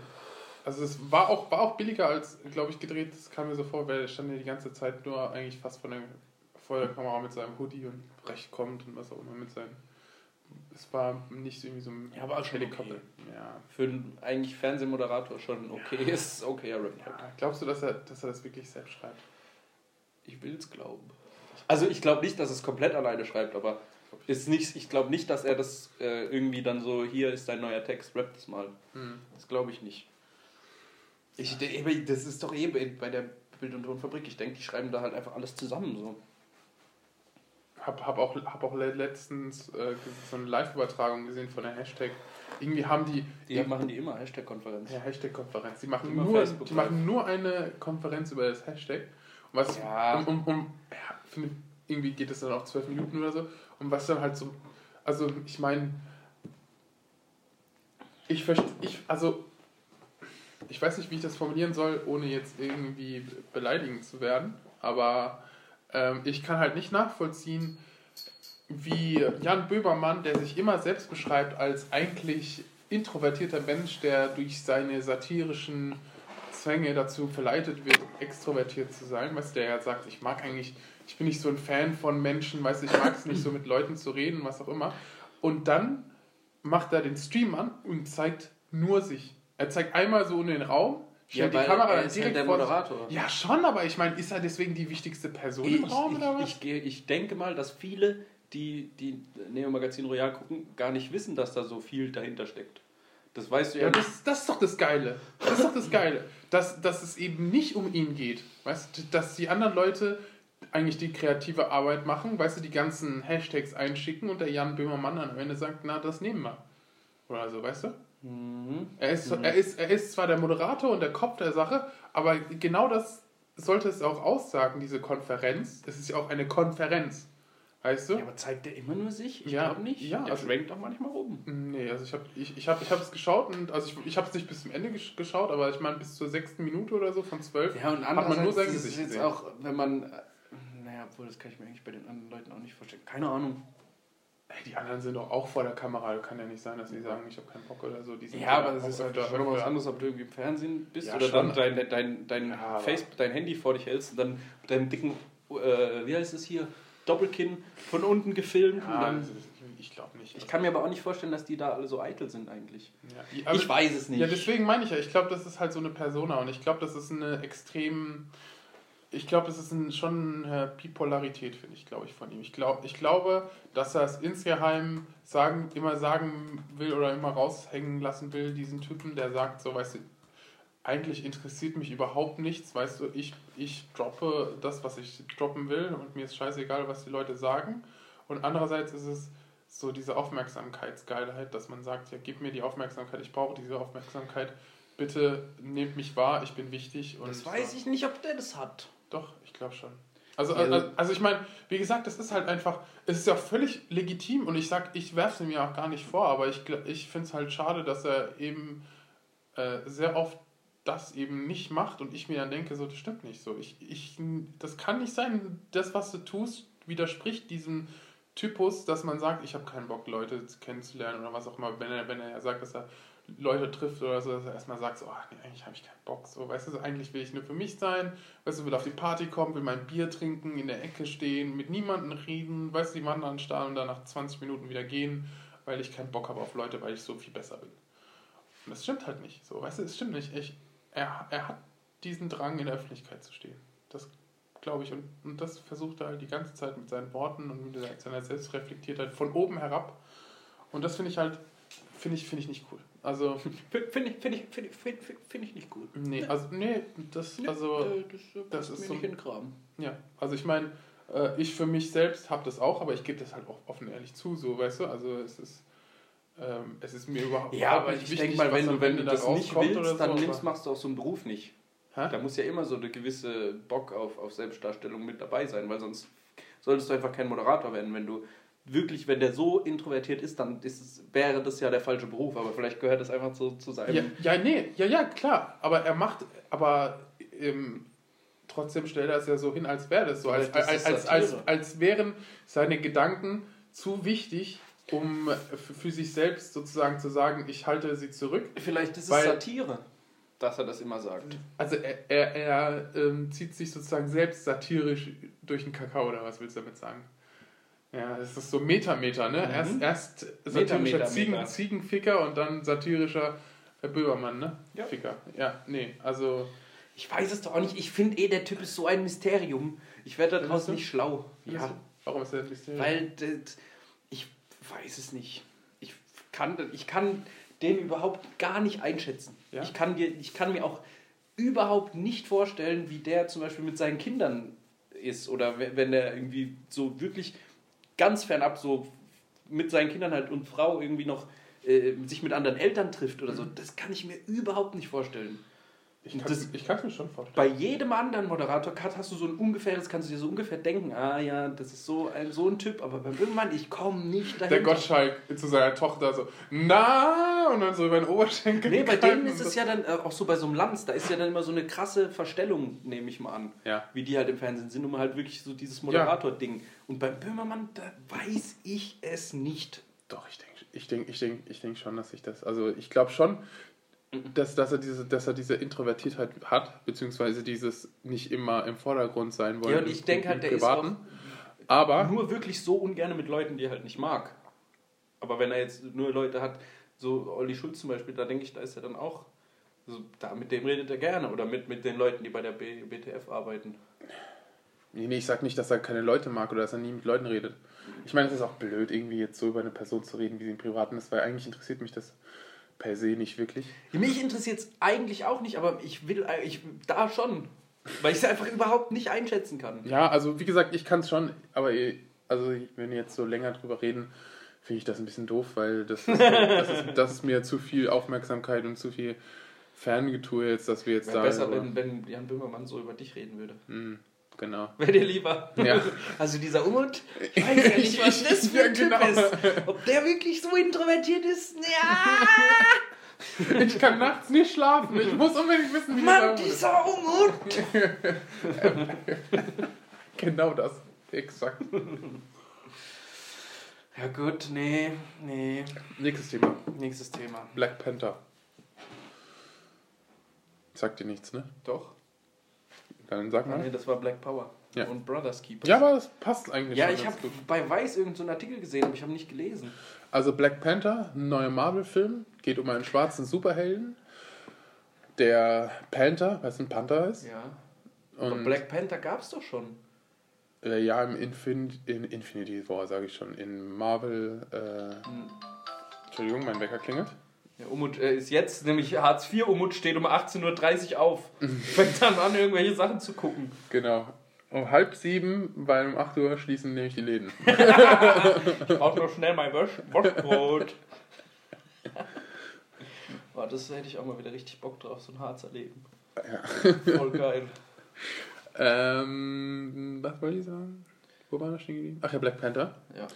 Speaker 2: Also es war auch, war auch billiger als, glaube ich, gedreht. Das kam mir so vor, weil er stand ja die ganze Zeit nur eigentlich fast vor der, vor der Kamera mit seinem Hoodie und recht kommt und was auch immer mit seinem. Es war nicht irgendwie so ein
Speaker 4: Ja, aber auch schon okay.
Speaker 2: Ja.
Speaker 4: Für einen eigentlich Fernsehmoderator schon okay. Ist okay, Aaron.
Speaker 2: ja. Glaubst du, dass er, dass er das wirklich selbst schreibt?
Speaker 4: Ich will es glauben. Also ich glaube nicht, dass es komplett alleine schreibt, aber ist nicht, ich glaube nicht, dass er das äh, irgendwie dann so, hier ist dein neuer Text, rap das mal.
Speaker 2: Hm.
Speaker 4: Das glaube ich nicht. Ich, de- eben, das ist doch eben bei der Bild- und Tonfabrik. Ich denke, die schreiben da halt einfach alles zusammen so.
Speaker 2: habe hab auch, hab auch le- letztens äh, so eine Live-Übertragung gesehen von der Hashtag. Irgendwie haben die,
Speaker 4: Die machen die immer, Hashtag-Konferenz.
Speaker 2: Ja, Hashtag-Konferenz. Die, machen
Speaker 4: Immer
Speaker 2: nur,
Speaker 4: Facebook
Speaker 2: die machen nur eine Konferenz über das Hashtag. Und was,
Speaker 4: Ja.
Speaker 2: um, um, um, ja, finde, irgendwie geht es dann auch zwölf Minuten oder so. Und was dann halt so, also ich meine, ich verstehe, ich, also ich weiß nicht, wie ich das formulieren soll, ohne jetzt irgendwie beleidigend zu werden, aber ähm, ich kann halt nicht nachvollziehen, wie Jan Böhmermann, der sich immer selbst beschreibt als eigentlich introvertierter Mensch, der durch seine satirischen Zwänge dazu verleitet wird, extrovertiert zu sein, was der ja sagt, ich mag eigentlich, ich bin nicht so ein Fan von Menschen, weißt du, ich mag es nicht so mit Leuten zu reden, was auch immer. Und dann macht er den Stream an und zeigt nur sich. Er zeigt einmal so in den Raum, stellt die Kamera dann direkt vor sich. Ja, schon, aber ich meine, ist er deswegen die wichtigste Person
Speaker 4: Ich,
Speaker 2: im Raum oder was?
Speaker 4: ich, ich, gehe- ich denke mal, dass viele, die, die Neo Magazin Royal gucken, gar nicht wissen, dass da so viel dahinter steckt. Das weißt du ja,
Speaker 2: Ja,
Speaker 4: nicht.
Speaker 2: das, das ist doch das Geile. Das ist doch das Geile. Dass, dass es eben nicht um ihn geht. Weißt du, dass die anderen Leute eigentlich die kreative Arbeit machen, weißt du, die ganzen Hashtags einschicken und der Jan Böhmermann dann am Ende sagt, na, das nehmen wir. Oder so, weißt du?
Speaker 4: Mhm.
Speaker 2: Er ist, er, ist, er ist zwar der Moderator und der Kopf der Sache, aber genau das sollte es auch aussagen, diese Konferenz. Es ist ja auch eine Konferenz. Weißt du?
Speaker 4: Ja, aber zeigt der immer nur sich? Ich
Speaker 2: Ja,
Speaker 4: glaube nicht.
Speaker 2: ja,
Speaker 4: der
Speaker 2: also-
Speaker 4: schwenkt auch manchmal oben.
Speaker 2: Nee, also ich habe ich, ich hab, ich hab's geschaut und also ich, ich habe es nicht bis zum Ende gesch- geschaut, aber ich meine bis zur sechsten Minute oder so von zwölf
Speaker 4: Ja, und
Speaker 2: hat man nur
Speaker 4: andererseits
Speaker 2: sein
Speaker 4: ist es
Speaker 2: Gesicht
Speaker 4: jetzt
Speaker 2: gesehen.
Speaker 4: auch, wenn man... äh, Naja, obwohl, das kann ich mir eigentlich bei den anderen Leuten auch nicht vorstellen. Keine Ahnung.
Speaker 2: Ey, die anderen sind doch auch vor der Kamera, also kann ja nicht sein, dass die sagen, ich habe keinen Bock oder so. Die sind
Speaker 4: Ja, aber es
Speaker 2: auch
Speaker 4: ist halt
Speaker 2: öfter-
Speaker 4: schon mal was
Speaker 2: öfter-
Speaker 4: anderes, ob du irgendwie im Fernsehen bist
Speaker 2: Ja,
Speaker 4: oder
Speaker 2: schon.
Speaker 4: dann dein, dein, dein, dein,
Speaker 2: Ja, aber-
Speaker 4: Face, dein Handy vor dich hältst und dann mit deinem dicken, äh, wie heißt es hier, Doppelkinn von unten gefilmt. und
Speaker 2: Ja,
Speaker 4: dann,
Speaker 2: also, ich glaube nicht.
Speaker 4: ich kann mir aber auch nicht vorstellen, dass die da alle so eitel sind eigentlich.
Speaker 2: ja, die- aber-
Speaker 4: ich weiß es nicht.
Speaker 2: Ja, deswegen meine ich ja, ich glaube, das ist halt so eine Persona und ich glaube, das ist eine extrem. Ich glaube, das ist ein, schon eine Bipolarität, finde ich, glaube ich, von ihm. Ich, glaub, ich glaube, dass er es insgeheim sagen, immer sagen will oder immer raushängen lassen will, diesen Typen, der sagt, so, weißt du, eigentlich interessiert mich überhaupt nichts, weißt du, ich, ich droppe das, was ich droppen will und mir ist scheißegal, was die Leute sagen. Und andererseits ist es so diese Aufmerksamkeitsgeilheit, dass man sagt, ja, gib mir die Aufmerksamkeit, ich brauche diese Aufmerksamkeit, bitte nehmt mich wahr, ich bin wichtig. Und äh,
Speaker 4: das weiß ich nicht, ob der das hat.
Speaker 2: Doch, ich glaube schon. Also,
Speaker 4: Also-
Speaker 2: also, also ich meine, wie gesagt, das ist halt einfach, es ist ja völlig legitim und ich sag, ich werfe es ihm ja auch gar nicht vor, aber ich, gl- ich finde es halt schade, dass er eben äh, sehr oft das eben nicht macht und ich mir dann denke, so, das stimmt nicht so. Ich, ich, das kann nicht sein, das, was du tust, widerspricht diesem Typus, dass man sagt, ich habe keinen Bock, Leute kennenzulernen oder was auch immer, wenn er, wenn er ja sagt, dass er Leute trifft oder so, dass er erstmal sagt, so, ach nee, eigentlich habe ich keinen Bock, so, weißt du, so, eigentlich will ich nur für mich sein, weißt du, will auf die Party kommen, will mein Bier trinken, in der Ecke stehen, mit niemandem reden, weißt du, die Mann anstarren und dann nach 20 Minuten wieder gehen, weil ich keinen Bock habe auf Leute, weil ich so viel besser bin. Und das stimmt halt nicht, so, weißt du, es stimmt nicht. Ich, er, er hat diesen Drang, in der Öffentlichkeit zu stehen. Das glaube ich, und, und das versucht er halt die ganze Zeit mit seinen Worten und mit seiner Selbstreflektiertheit von oben herab. Und das finde ich halt, finde ich, finde ich nicht cool. Also,
Speaker 4: Finde ich, find ich, find ich, find, find, find ich nicht gut.
Speaker 2: nee, also, nee, das, also,
Speaker 4: Äh, das, äh,
Speaker 2: das
Speaker 4: passt
Speaker 2: ist
Speaker 4: mir
Speaker 2: so-
Speaker 4: nicht in den Kram.
Speaker 2: Ja, also ich meine, äh, ich für mich selbst habe das auch, aber ich gebe das halt auch offen ehrlich zu, so, weißt du, also es ist, ähm, es ist mir überhaupt
Speaker 4: Ja, aber ich denke mal, wenn du, wenn du das nicht willst, dann nimmst,
Speaker 2: nimmst
Speaker 4: machst du auch so einen Beruf nicht.
Speaker 2: Hä?
Speaker 4: Da muss ja immer so eine gewisse Bock auf, auf Selbstdarstellung mit dabei sein, weil sonst solltest du einfach kein Moderator werden. Wenn du wirklich, wenn der so introvertiert ist, dann ist es, wäre das ja der falsche Beruf, aber vielleicht gehört das einfach zu, zu seinem.
Speaker 2: Ja, ja, nee, ja, ja, klar, aber er macht, aber ähm, trotzdem stellt er es ja so hin, als wäre das so, als,
Speaker 4: Vielleicht
Speaker 2: als,
Speaker 4: ist
Speaker 2: als,
Speaker 4: das
Speaker 2: als,
Speaker 4: Satire.
Speaker 2: als wären seine Gedanken zu wichtig, um äh, für, für sich selbst sozusagen zu sagen, ich halte sie zurück.
Speaker 4: Vielleicht ist es
Speaker 2: Weil-
Speaker 4: Satire, dass er das immer sagt.
Speaker 2: Also er, er, er ähm, zieht sich sozusagen selbst satirisch durch den Kakao, oder was willst du damit sagen? Ja, es ist so Meta-Meta, ne? Erst,
Speaker 4: Mhm.
Speaker 2: erst satirischer
Speaker 4: Meta,
Speaker 2: Ziegen,
Speaker 4: Meta.
Speaker 2: Ziegenficker und dann satirischer äh, Böhmermann, ne?
Speaker 4: Ja.
Speaker 2: Ficker. Ja, nee, also
Speaker 4: Ich weiß es doch auch nicht. Ich finde eh, der Typ ist so ein Mysterium. Ich werde daraus
Speaker 2: Findest du?
Speaker 4: nicht schlau.
Speaker 2: findest du- warum ist er ein bisschen...
Speaker 4: Weil das, ich weiß es nicht. Ich kann, ich kann den überhaupt gar nicht einschätzen.
Speaker 2: Ja?
Speaker 4: Ich, kann dir, ich kann mir auch überhaupt nicht vorstellen, wie der zum Beispiel mit seinen Kindern ist oder we- wenn der irgendwie so wirklich ganz fernab so mit seinen Kindern halt und Frau irgendwie noch äh, sich mit anderen Eltern trifft oder so, das kann ich mir überhaupt nicht vorstellen.
Speaker 2: Ich kann
Speaker 4: Das-
Speaker 2: es mir schon vorstellen.
Speaker 4: Bei jedem anderen Moderator Cut hast du so ein ungefähres, kannst du dir so ungefähr denken, ah ja, das ist so ein, so ein Typ, aber beim Böhmermann, ich komme nicht dahin.
Speaker 2: Der Gottschalk zu seiner Tochter so, na, und dann so über den Oberschenkel.
Speaker 4: Nee, bei
Speaker 2: greifen
Speaker 4: denen ist
Speaker 2: und
Speaker 4: es
Speaker 2: so.
Speaker 4: ja dann äh, auch so bei so einem Lanz, da ist ja dann immer so eine krasse Verstellung, nehme ich mal an.
Speaker 2: Ja.
Speaker 4: Wie die halt im Fernsehen sind, um halt wirklich so dieses Moderator-Ding. Und beim Böhmermann, da weiß ich es nicht.
Speaker 2: Doch, ich denke ich denk, ich denk, ich denk schon, dass ich das. Also, ich glaube schon,
Speaker 4: Mhm.
Speaker 2: dass, dass, er diese, dass er diese Introvertiertheit hat, beziehungsweise dieses nicht immer im Vordergrund sein wollen.
Speaker 4: Ja, und ich
Speaker 2: im-
Speaker 4: denk
Speaker 2: im
Speaker 4: halt, der ist
Speaker 2: Privaten.
Speaker 4: auch-
Speaker 2: Aber,
Speaker 4: Nur wirklich so ungern mit Leuten, die er halt nicht mag. Aber wenn er jetzt nur Leute hat, so Olli Schulz zum Beispiel, da denke ich, da ist er dann auch. So, da, mit dem redet er gerne oder mit, mit den Leuten, die bei der B BTF arbeiten.
Speaker 2: nee, nee, ich sag nicht, dass er keine Leute mag oder dass er nie mit Leuten redet. Ich meine, es ist auch blöd, irgendwie jetzt so über eine Person zu reden, wie sie im Privaten ist, weil eigentlich interessiert mich das per se nicht wirklich.
Speaker 4: Mich interessiert es eigentlich auch nicht, aber ich will, äh, ich da schon. Weil ich es einfach überhaupt nicht einschätzen kann.
Speaker 2: Ja, also wie gesagt, ich kann es schon, aber eh- also wenn wir jetzt so länger drüber reden, finde ich das ein bisschen doof, weil das ist, das, ist, das ist mir zu viel Aufmerksamkeit und zu viel Ferngetue jetzt, dass wir jetzt
Speaker 4: Wäre
Speaker 2: da.
Speaker 4: besser,
Speaker 2: aber-
Speaker 4: wenn, wenn Jan Böhmermann so über dich reden würde.
Speaker 2: Hm, genau.
Speaker 4: Wäre dir lieber.
Speaker 2: Ja.
Speaker 4: Also dieser Umut, ich weiß ja nicht, was das für ein
Speaker 2: Ja, genau.
Speaker 4: Typ ist. Ob der wirklich so introvertiert ist? Ja!
Speaker 2: Ich kann nachts nicht schlafen. Ich muss unbedingt wissen, wie
Speaker 4: Mann,
Speaker 2: das ist.
Speaker 4: dieser Umut!
Speaker 2: Genau das. Exakt.
Speaker 4: Ja gut, nee, nee.
Speaker 2: Nächstes Thema.
Speaker 4: Nächstes Thema.
Speaker 2: Black Panther. Sagt dir nichts, ne?
Speaker 4: Doch.
Speaker 2: Dann sag
Speaker 4: Nee,
Speaker 2: mal.
Speaker 4: das war Black Power.
Speaker 2: Ja.
Speaker 4: Und Brothers Keepers.
Speaker 2: Ja, aber das passt eigentlich
Speaker 4: ja
Speaker 2: schon
Speaker 4: ich
Speaker 2: ganz
Speaker 4: habe bei Weiß irgendeinen so einen Artikel gesehen, aber ich habe nicht gelesen.
Speaker 2: Also Black Panther, ein neuer Marvel-Film, geht um einen schwarzen Superhelden, der Panther, weißt du, ein Panther ist.
Speaker 4: Ja.
Speaker 2: Und,
Speaker 4: aber Black Panther gab's doch schon.
Speaker 2: Äh, ja, im Infin in Infinity War, sage ich schon, in Marvel, äh,
Speaker 4: Hm.
Speaker 2: Entschuldigung, mein Wecker klingelt.
Speaker 4: Ja, Umut äh, ist jetzt, nämlich Hartz IV Umut steht um 18.30 Uhr auf. Fängt dann an, irgendwelche Sachen zu gucken.
Speaker 2: Genau. Um halb sieben, weil um 8 Uhr schließen nämlich die Läden.
Speaker 4: Ich brauche noch schnell mein Wasch Waschbrot. Boah, das hätte ich auch mal wieder richtig Bock drauf, so ein Harzer Leben. Voll geil.
Speaker 2: ähm, was wollte ich sagen? Wo war das stehen geblieben? Ach ja, Black Panther.
Speaker 4: Ja.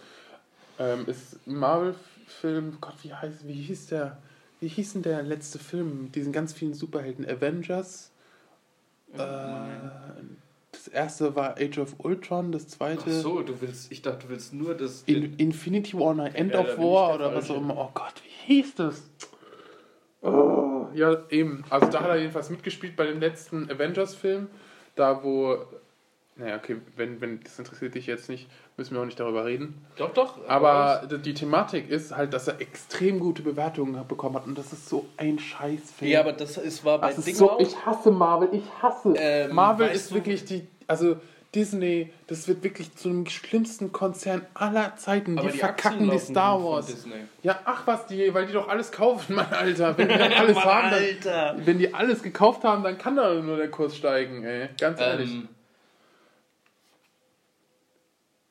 Speaker 2: Ähm, ist ein Marvel-Film, Gott, wie heißt, wie hieß der, wie hieß denn der letzte Film mit diesen ganz vielen Superhelden? Avengers? Äh, das erste war Age of Ultron, das
Speaker 4: Ach
Speaker 2: zweite
Speaker 4: so, du willst, ich dachte, du willst nur das.
Speaker 2: In, Infinity War, nein, End
Speaker 4: Ja, da
Speaker 2: of
Speaker 4: bin ich
Speaker 2: War
Speaker 4: der
Speaker 2: oder was auch
Speaker 4: Falsche.
Speaker 2: immer. Oh Gott, wie hieß das? Oh, ja, eben. Also da hat er jedenfalls mitgespielt bei dem letzten Avengers-Film, da wo... Naja, okay, wenn, wenn das interessiert dich jetzt nicht, müssen wir auch nicht darüber reden.
Speaker 4: doch, doch.
Speaker 2: Aber die die Thematik ist halt, dass er extrem gute Bewertungen bekommen hat und das ist so ein Scheißfilm.
Speaker 4: Ja, aber das ist, war bei
Speaker 2: das
Speaker 4: Ding
Speaker 2: ist so,
Speaker 4: auch.
Speaker 2: ich hasse Marvel, ich hasse.
Speaker 4: Ähm,
Speaker 2: Marvel
Speaker 4: weißt
Speaker 2: ist
Speaker 4: du-
Speaker 2: wirklich die, also Disney, das wird wirklich zu dem schlimmsten Konzern aller Zeiten.
Speaker 4: aber
Speaker 2: die, um
Speaker 4: Aktien
Speaker 2: verkacken die
Speaker 4: laufen
Speaker 2: Star
Speaker 4: von
Speaker 2: Wars.
Speaker 4: Disney.
Speaker 2: Ja, ach was, die, weil die doch alles kaufen, mein Alter. Wenn die dann alles
Speaker 4: Mann,
Speaker 2: haben, dann,
Speaker 4: Alter.
Speaker 2: wenn die alles gekauft haben, dann kann da nur der Kurs steigen, ey. Ganz ehrlich.
Speaker 4: Ähm,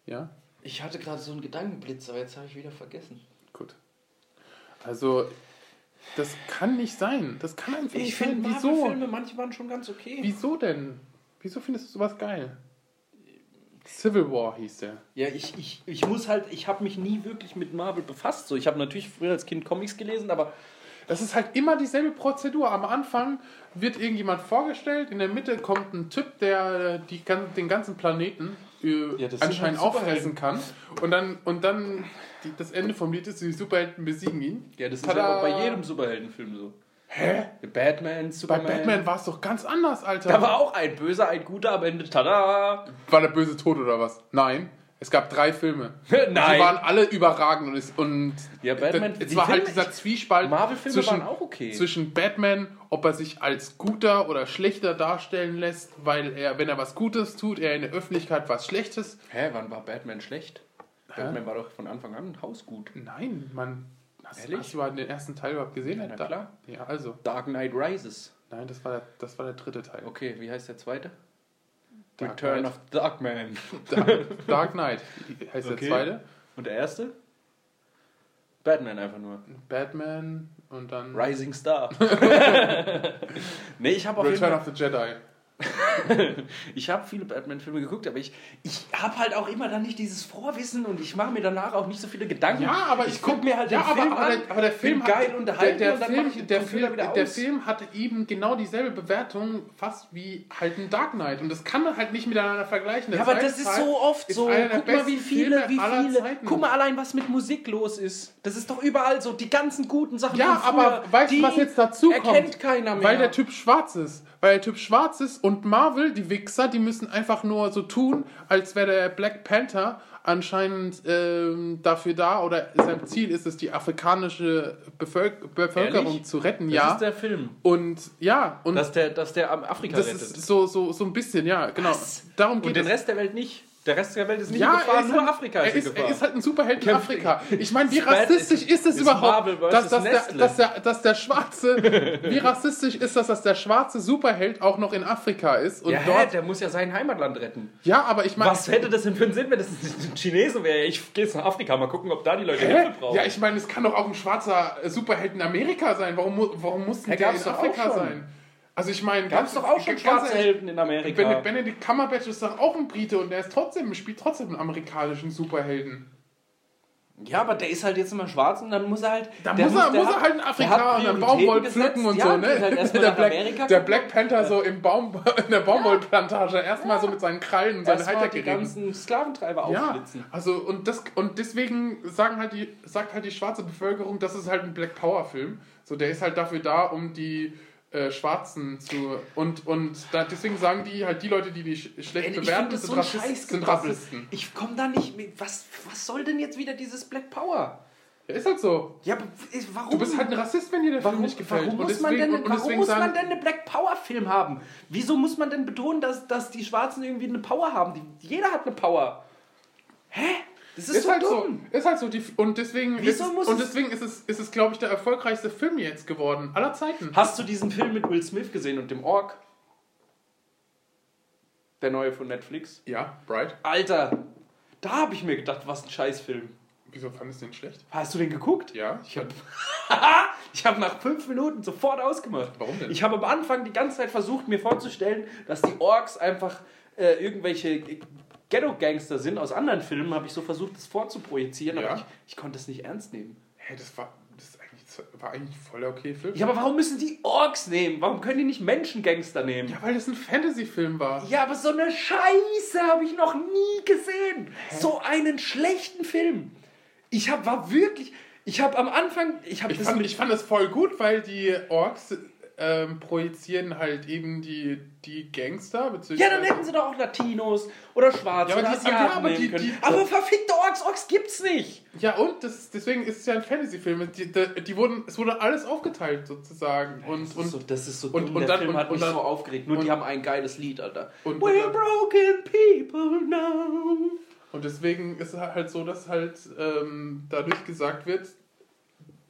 Speaker 2: Ja,
Speaker 4: ich hatte gerade so einen Gedankenblitz, aber jetzt habe ich wieder vergessen.
Speaker 2: gut. Also, das kann nicht sein. Das kann einfach nicht sein. Wieso?
Speaker 4: manche waren schon ganz okay.
Speaker 2: Wieso denn? Wieso findest du sowas geil? Civil War hieß der.
Speaker 4: Ja, ich, ich, ich muss halt, ich habe mich nie wirklich mit Marvel befasst. So, ich habe natürlich früher als Kind Comics gelesen, aber
Speaker 2: Das ist halt immer dieselbe Prozedur. Am Anfang wird irgendjemand vorgestellt, in der Mitte kommt ein Typ, der äh, die, gan- den ganzen Planeten äh,
Speaker 4: Ja, das sind
Speaker 2: anscheinend
Speaker 4: halt
Speaker 2: auffressen kann. Und dann, und dann die, das Ende vom Lied ist, die Superhelden besiegen ihn.
Speaker 4: ja, das ist
Speaker 2: Tada!
Speaker 4: aber bei jedem Superheldenfilm so.
Speaker 2: Hä?
Speaker 4: Batman,
Speaker 2: Bei
Speaker 4: Superman.
Speaker 2: Batman war es doch ganz anders, Alter.
Speaker 4: da war auch ein böser, ein guter, am Ende tada.
Speaker 2: War der böse tot oder was? Nein. Es gab drei Filme.
Speaker 4: Nein.
Speaker 2: Die waren alle überragend und, es, und
Speaker 4: Ja, Batman-
Speaker 2: es
Speaker 4: die
Speaker 2: war halt
Speaker 4: Filme-
Speaker 2: dieser Zwiespalt
Speaker 4: Marvel-Filme
Speaker 2: zwischen,
Speaker 4: waren auch okay.
Speaker 2: zwischen Batman, ob er sich als guter oder schlechter darstellen lässt, weil er, wenn er was Gutes tut, er in der Öffentlichkeit was Schlechtes. Äh,
Speaker 4: Hä, wann war Batman schlecht? Batman war doch von Anfang an hausgut.
Speaker 2: Nein, Mann. Hast,
Speaker 4: Ehrlich?
Speaker 2: hast du mal den ersten Teil überhaupt gesehen?
Speaker 4: Ja, na
Speaker 2: Da-
Speaker 4: klar.
Speaker 2: Ja, also.
Speaker 4: Dark Knight Rises.
Speaker 2: Nein, das war der, das war der dritte Teil.
Speaker 4: Okay, wie heißt der zweite?
Speaker 2: Dark
Speaker 4: Return
Speaker 2: Knight.
Speaker 4: of Darkman.
Speaker 2: Dark, Dark Knight. heißt
Speaker 4: Okay.
Speaker 2: der zweite.
Speaker 4: Und der erste? Batman einfach nur.
Speaker 2: Batman und dann
Speaker 4: Rising Star. nee, ich habe auf jeden
Speaker 2: Return
Speaker 4: Fall,
Speaker 2: of the Jedi.
Speaker 4: ich habe viele Batman-Filme geguckt, aber ich, ich habe halt auch immer dann nicht dieses Vorwissen und ich mache mir danach auch nicht so viele Gedanken.
Speaker 2: Ja, aber ich,
Speaker 4: ich gucke mir halt den
Speaker 2: ja, aber,
Speaker 4: Film
Speaker 2: aber,
Speaker 4: an,
Speaker 2: der, aber der Film
Speaker 4: bin geil unterhalten
Speaker 2: der,
Speaker 4: und
Speaker 2: der
Speaker 4: dann
Speaker 2: Film,
Speaker 4: mach ich
Speaker 2: der,
Speaker 4: den Computer
Speaker 2: Film,
Speaker 4: wieder
Speaker 2: der
Speaker 4: aus.
Speaker 2: Film hatte eben genau dieselbe Bewertung fast wie halt ein Dark Knight und das kann man halt nicht miteinander vergleichen. halt Der
Speaker 4: Ja, aber
Speaker 2: zweite
Speaker 4: das ist
Speaker 2: Teil
Speaker 4: so oft
Speaker 2: ist
Speaker 4: so.
Speaker 2: einer der
Speaker 4: Guck mal, wie
Speaker 2: besten
Speaker 4: viele,
Speaker 2: Filme
Speaker 4: wie
Speaker 2: aller
Speaker 4: viele.
Speaker 2: Zeiten.
Speaker 4: Guck mal allein, was mit Musik los ist. Das ist doch überall so. Die ganzen guten Sachen.
Speaker 2: Ja,
Speaker 4: von früher,
Speaker 2: aber weißt du,
Speaker 4: die
Speaker 2: was jetzt dazu kommt?
Speaker 4: Erkennt keiner mehr.
Speaker 2: Weil der Typ schwarz ist. Weil der Typ schwarz ist und Marvel, die Wichser, die müssen einfach nur so tun, als wäre der Black Panther anscheinend ähm, dafür da oder sein Ziel ist es, die afrikanische Bevölk Bevölkerung
Speaker 4: Ehrlich?
Speaker 2: zu retten.
Speaker 4: das
Speaker 2: ja.
Speaker 4: ist der Film.
Speaker 2: und ja, und
Speaker 4: Dass der, dass der am Afrika
Speaker 2: das
Speaker 4: rettet.
Speaker 2: ist so, so, so ein bisschen, ja, genau.
Speaker 4: Was?
Speaker 2: Darum geht
Speaker 4: Und den
Speaker 2: es.
Speaker 4: Rest der Welt nicht. Der Rest der Welt ist nicht
Speaker 2: Ja,
Speaker 4: in Gefahr,
Speaker 2: er ist
Speaker 4: nur
Speaker 2: halt,
Speaker 4: Afrika
Speaker 2: er
Speaker 4: ist in
Speaker 2: ist,
Speaker 4: Gefahr.
Speaker 2: er ist halt ein Superheld in
Speaker 4: Kämpft-
Speaker 2: Afrika. Ich meine, wie
Speaker 4: Batman
Speaker 2: rassistisch ist das
Speaker 4: ist Marvel
Speaker 2: überhaupt,
Speaker 4: versus
Speaker 2: dass, dass, der,
Speaker 4: Nestle.
Speaker 2: dass, der, dass der Schwarze, wie rassistisch ist das, dass der schwarze Superheld auch noch in Afrika ist und
Speaker 4: ja, hä,
Speaker 2: dort,
Speaker 4: der muss ja sein Heimatland retten.
Speaker 2: ja, aber ich meine,
Speaker 4: Was hätte das denn für einen Sinn, wenn das ein Chinese wäre? Ich gehe jetzt nach Afrika, mal gucken, ob da die Leute
Speaker 2: hä?
Speaker 4: Hilfe brauchen.
Speaker 2: ja, ich meine, es kann doch auch ein schwarzer äh, Superheld in Amerika sein. Warum, mu- warum muss denn
Speaker 4: Hä,
Speaker 2: der in
Speaker 4: gab's doch auch
Speaker 2: Afrika
Speaker 4: schon.
Speaker 2: sein? Also ich meine,
Speaker 4: Gab es doch auch schon schwarze Helden in Amerika.
Speaker 2: Benedict, Benedict Cumberbatch ist doch auch ein Brite und der ist trotzdem, spielt trotzdem einen amerikanischen Superhelden.
Speaker 4: Ja, aber der ist halt jetzt immer schwarz und dann muss er halt.
Speaker 2: Da
Speaker 4: der
Speaker 2: muss, er,
Speaker 4: der
Speaker 2: muss er
Speaker 4: hat-
Speaker 2: halt einen
Speaker 4: der
Speaker 2: Afrikaner
Speaker 4: hat
Speaker 2: und einen
Speaker 4: Prioritäten
Speaker 2: Baumwoll
Speaker 4: gesetzt.
Speaker 2: pflücken und
Speaker 4: ja,
Speaker 2: so,
Speaker 4: und geht
Speaker 2: ne?
Speaker 4: Halt erstmal
Speaker 2: der,
Speaker 4: nach Amerika
Speaker 2: Black, der
Speaker 4: gucken.
Speaker 2: Black Panther so im Baum, in der Baumwollplantage erstmal so mit seinen Krallen und seinen
Speaker 4: Erstmal die
Speaker 2: Haltergeräten.
Speaker 4: ganzen Sklaventreiber
Speaker 2: Ja,
Speaker 4: aufschlitzen.
Speaker 2: also und, das, und deswegen sagen halt die, sagt halt die schwarze Bevölkerung, das ist halt ein Black Power Film. So, der ist halt dafür da, um die äh, Schwarzen zu. Und, und da, deswegen sagen die halt, die Leute, die die sch schlecht
Speaker 4: Ey, Ich
Speaker 2: bewerten,
Speaker 4: finde das
Speaker 2: sind,
Speaker 4: so ein
Speaker 2: Rassist-
Speaker 4: Scheiß
Speaker 2: sind Rassisten.
Speaker 4: Ich komme da nicht mit. Was, was soll denn jetzt wieder dieses Black Power?
Speaker 2: Ja, ist halt so.
Speaker 4: Ja, aber ist- warum?
Speaker 2: Du bist halt ein Rassist, wenn dir der Film
Speaker 4: Warum,
Speaker 2: nicht gefällt.
Speaker 4: warum,
Speaker 2: und
Speaker 4: muss, man
Speaker 2: deswegen-
Speaker 4: denn,
Speaker 2: und
Speaker 4: warum
Speaker 2: deswegen
Speaker 4: muss
Speaker 2: sagen-
Speaker 4: man denn einen Black Power-Film haben? Wieso muss man denn betonen, dass, dass die Schwarzen irgendwie eine Power haben? Die, jeder hat eine Power. Hä? Das ist,
Speaker 2: Ist,
Speaker 4: so
Speaker 2: halt
Speaker 4: dumm.
Speaker 2: so. Ist halt so. Die, und deswegen, ist,
Speaker 4: Wieso muss
Speaker 2: und
Speaker 4: es-
Speaker 2: deswegen ist es, ist es glaube ich, der erfolgreichste Film jetzt geworden. Aller Zeiten.
Speaker 4: Hast du diesen Film mit Will Smith gesehen und dem Ork? Der neue von Netflix?
Speaker 2: Ja, Bright.
Speaker 4: Alter, da habe ich mir gedacht, was ein Scheißfilm.
Speaker 2: Wieso fandest du den schlecht?
Speaker 4: Hast du den geguckt?
Speaker 2: Ja.
Speaker 4: Ich habe ich hab nach fünf Minuten sofort ausgemacht.
Speaker 2: Warum denn?
Speaker 4: Ich habe am Anfang die ganze Zeit versucht, mir vorzustellen, dass die Orks einfach äh, irgendwelche Ghetto-Gangster sind aus anderen Filmen. Habe ich so versucht, das vorzuprojizieren,
Speaker 2: Ja.
Speaker 4: aber ich, ich konnte es nicht ernst nehmen.
Speaker 2: Hey, das war, das ist eigentlich, das war eigentlich voll der okay Film.
Speaker 4: Ja, aber warum müssen die Orks nehmen? Warum können die nicht Menschengangster nehmen?
Speaker 2: Ja, weil das ein Fantasy-Film war.
Speaker 4: Ja, aber so eine Scheiße habe ich noch nie gesehen. So einen schlechten Film. Ich hab, war wirklich. Ich habe am Anfang. Ich habe
Speaker 2: Ich fand, ich fand das voll gut, weil die Orks ähm, projizieren halt eben die, die Gangster.
Speaker 4: Ja, dann hätten sie doch auch Latinos oder Schwarze
Speaker 2: Ja, aber
Speaker 4: oder
Speaker 2: die-
Speaker 4: Asiaten
Speaker 2: ja, aber
Speaker 4: nehmen
Speaker 2: die-
Speaker 4: können.
Speaker 2: die-
Speaker 4: aber verfickte Orks, Orks gibt's nicht.
Speaker 2: Ja, und das, deswegen ist es ja ein Fantasy-Film. Die, die, die wurden, es wurde alles aufgeteilt sozusagen. Und,
Speaker 4: das,
Speaker 2: und,
Speaker 4: ist so, das ist so
Speaker 2: und-
Speaker 4: dumm.
Speaker 2: und
Speaker 4: Der
Speaker 2: dann-
Speaker 4: Film
Speaker 2: und-
Speaker 4: hat mich
Speaker 2: und dann-
Speaker 4: so aufgeregt. Nur
Speaker 2: und-
Speaker 4: die haben ein geiles Lied, Alter.
Speaker 2: und- und
Speaker 4: We're
Speaker 2: dann-
Speaker 4: broken people now.
Speaker 2: Und deswegen ist es halt so, dass halt ähm, dadurch gesagt wird,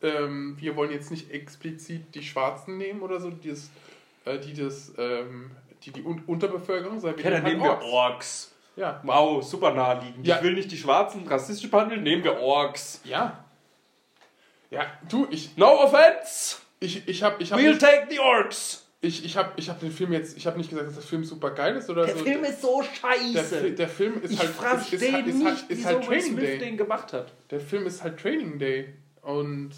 Speaker 2: ähm, wir wollen jetzt nicht explizit die Schwarzen nehmen oder so, die das, äh, die, das, ähm, die, die Un Unterbevölkerung, sondern
Speaker 4: Ja, dann
Speaker 2: nehmen
Speaker 4: nehmen wir
Speaker 2: halt Orks.
Speaker 4: Orks.
Speaker 2: Ja.
Speaker 4: Wow, super naheliegend.
Speaker 2: Ja.
Speaker 4: Ich will nicht die Schwarzen rassistisch behandeln, nehmen wir Orks.
Speaker 2: ja. Ja, du, ich,
Speaker 4: No offense!
Speaker 2: ich, ich habe ich hab
Speaker 4: We'll
Speaker 2: nicht-
Speaker 4: take the orcs!
Speaker 2: ich, ich hab, ich hab den Film jetzt, ich habe nicht gesagt, dass der Film super geil ist oder
Speaker 4: Der
Speaker 2: so.
Speaker 4: Film ist so
Speaker 2: der,
Speaker 4: scheiße.
Speaker 2: Fi- der Film ist
Speaker 4: ich
Speaker 2: halt, ist,
Speaker 4: verstehe
Speaker 2: ist, halt,
Speaker 4: nicht,
Speaker 2: ist, halt, ist
Speaker 4: wieso
Speaker 2: halt
Speaker 4: Will
Speaker 2: Training
Speaker 4: Smith
Speaker 2: Day.
Speaker 4: den gemacht hat.
Speaker 2: Der Film ist halt Training Day. Und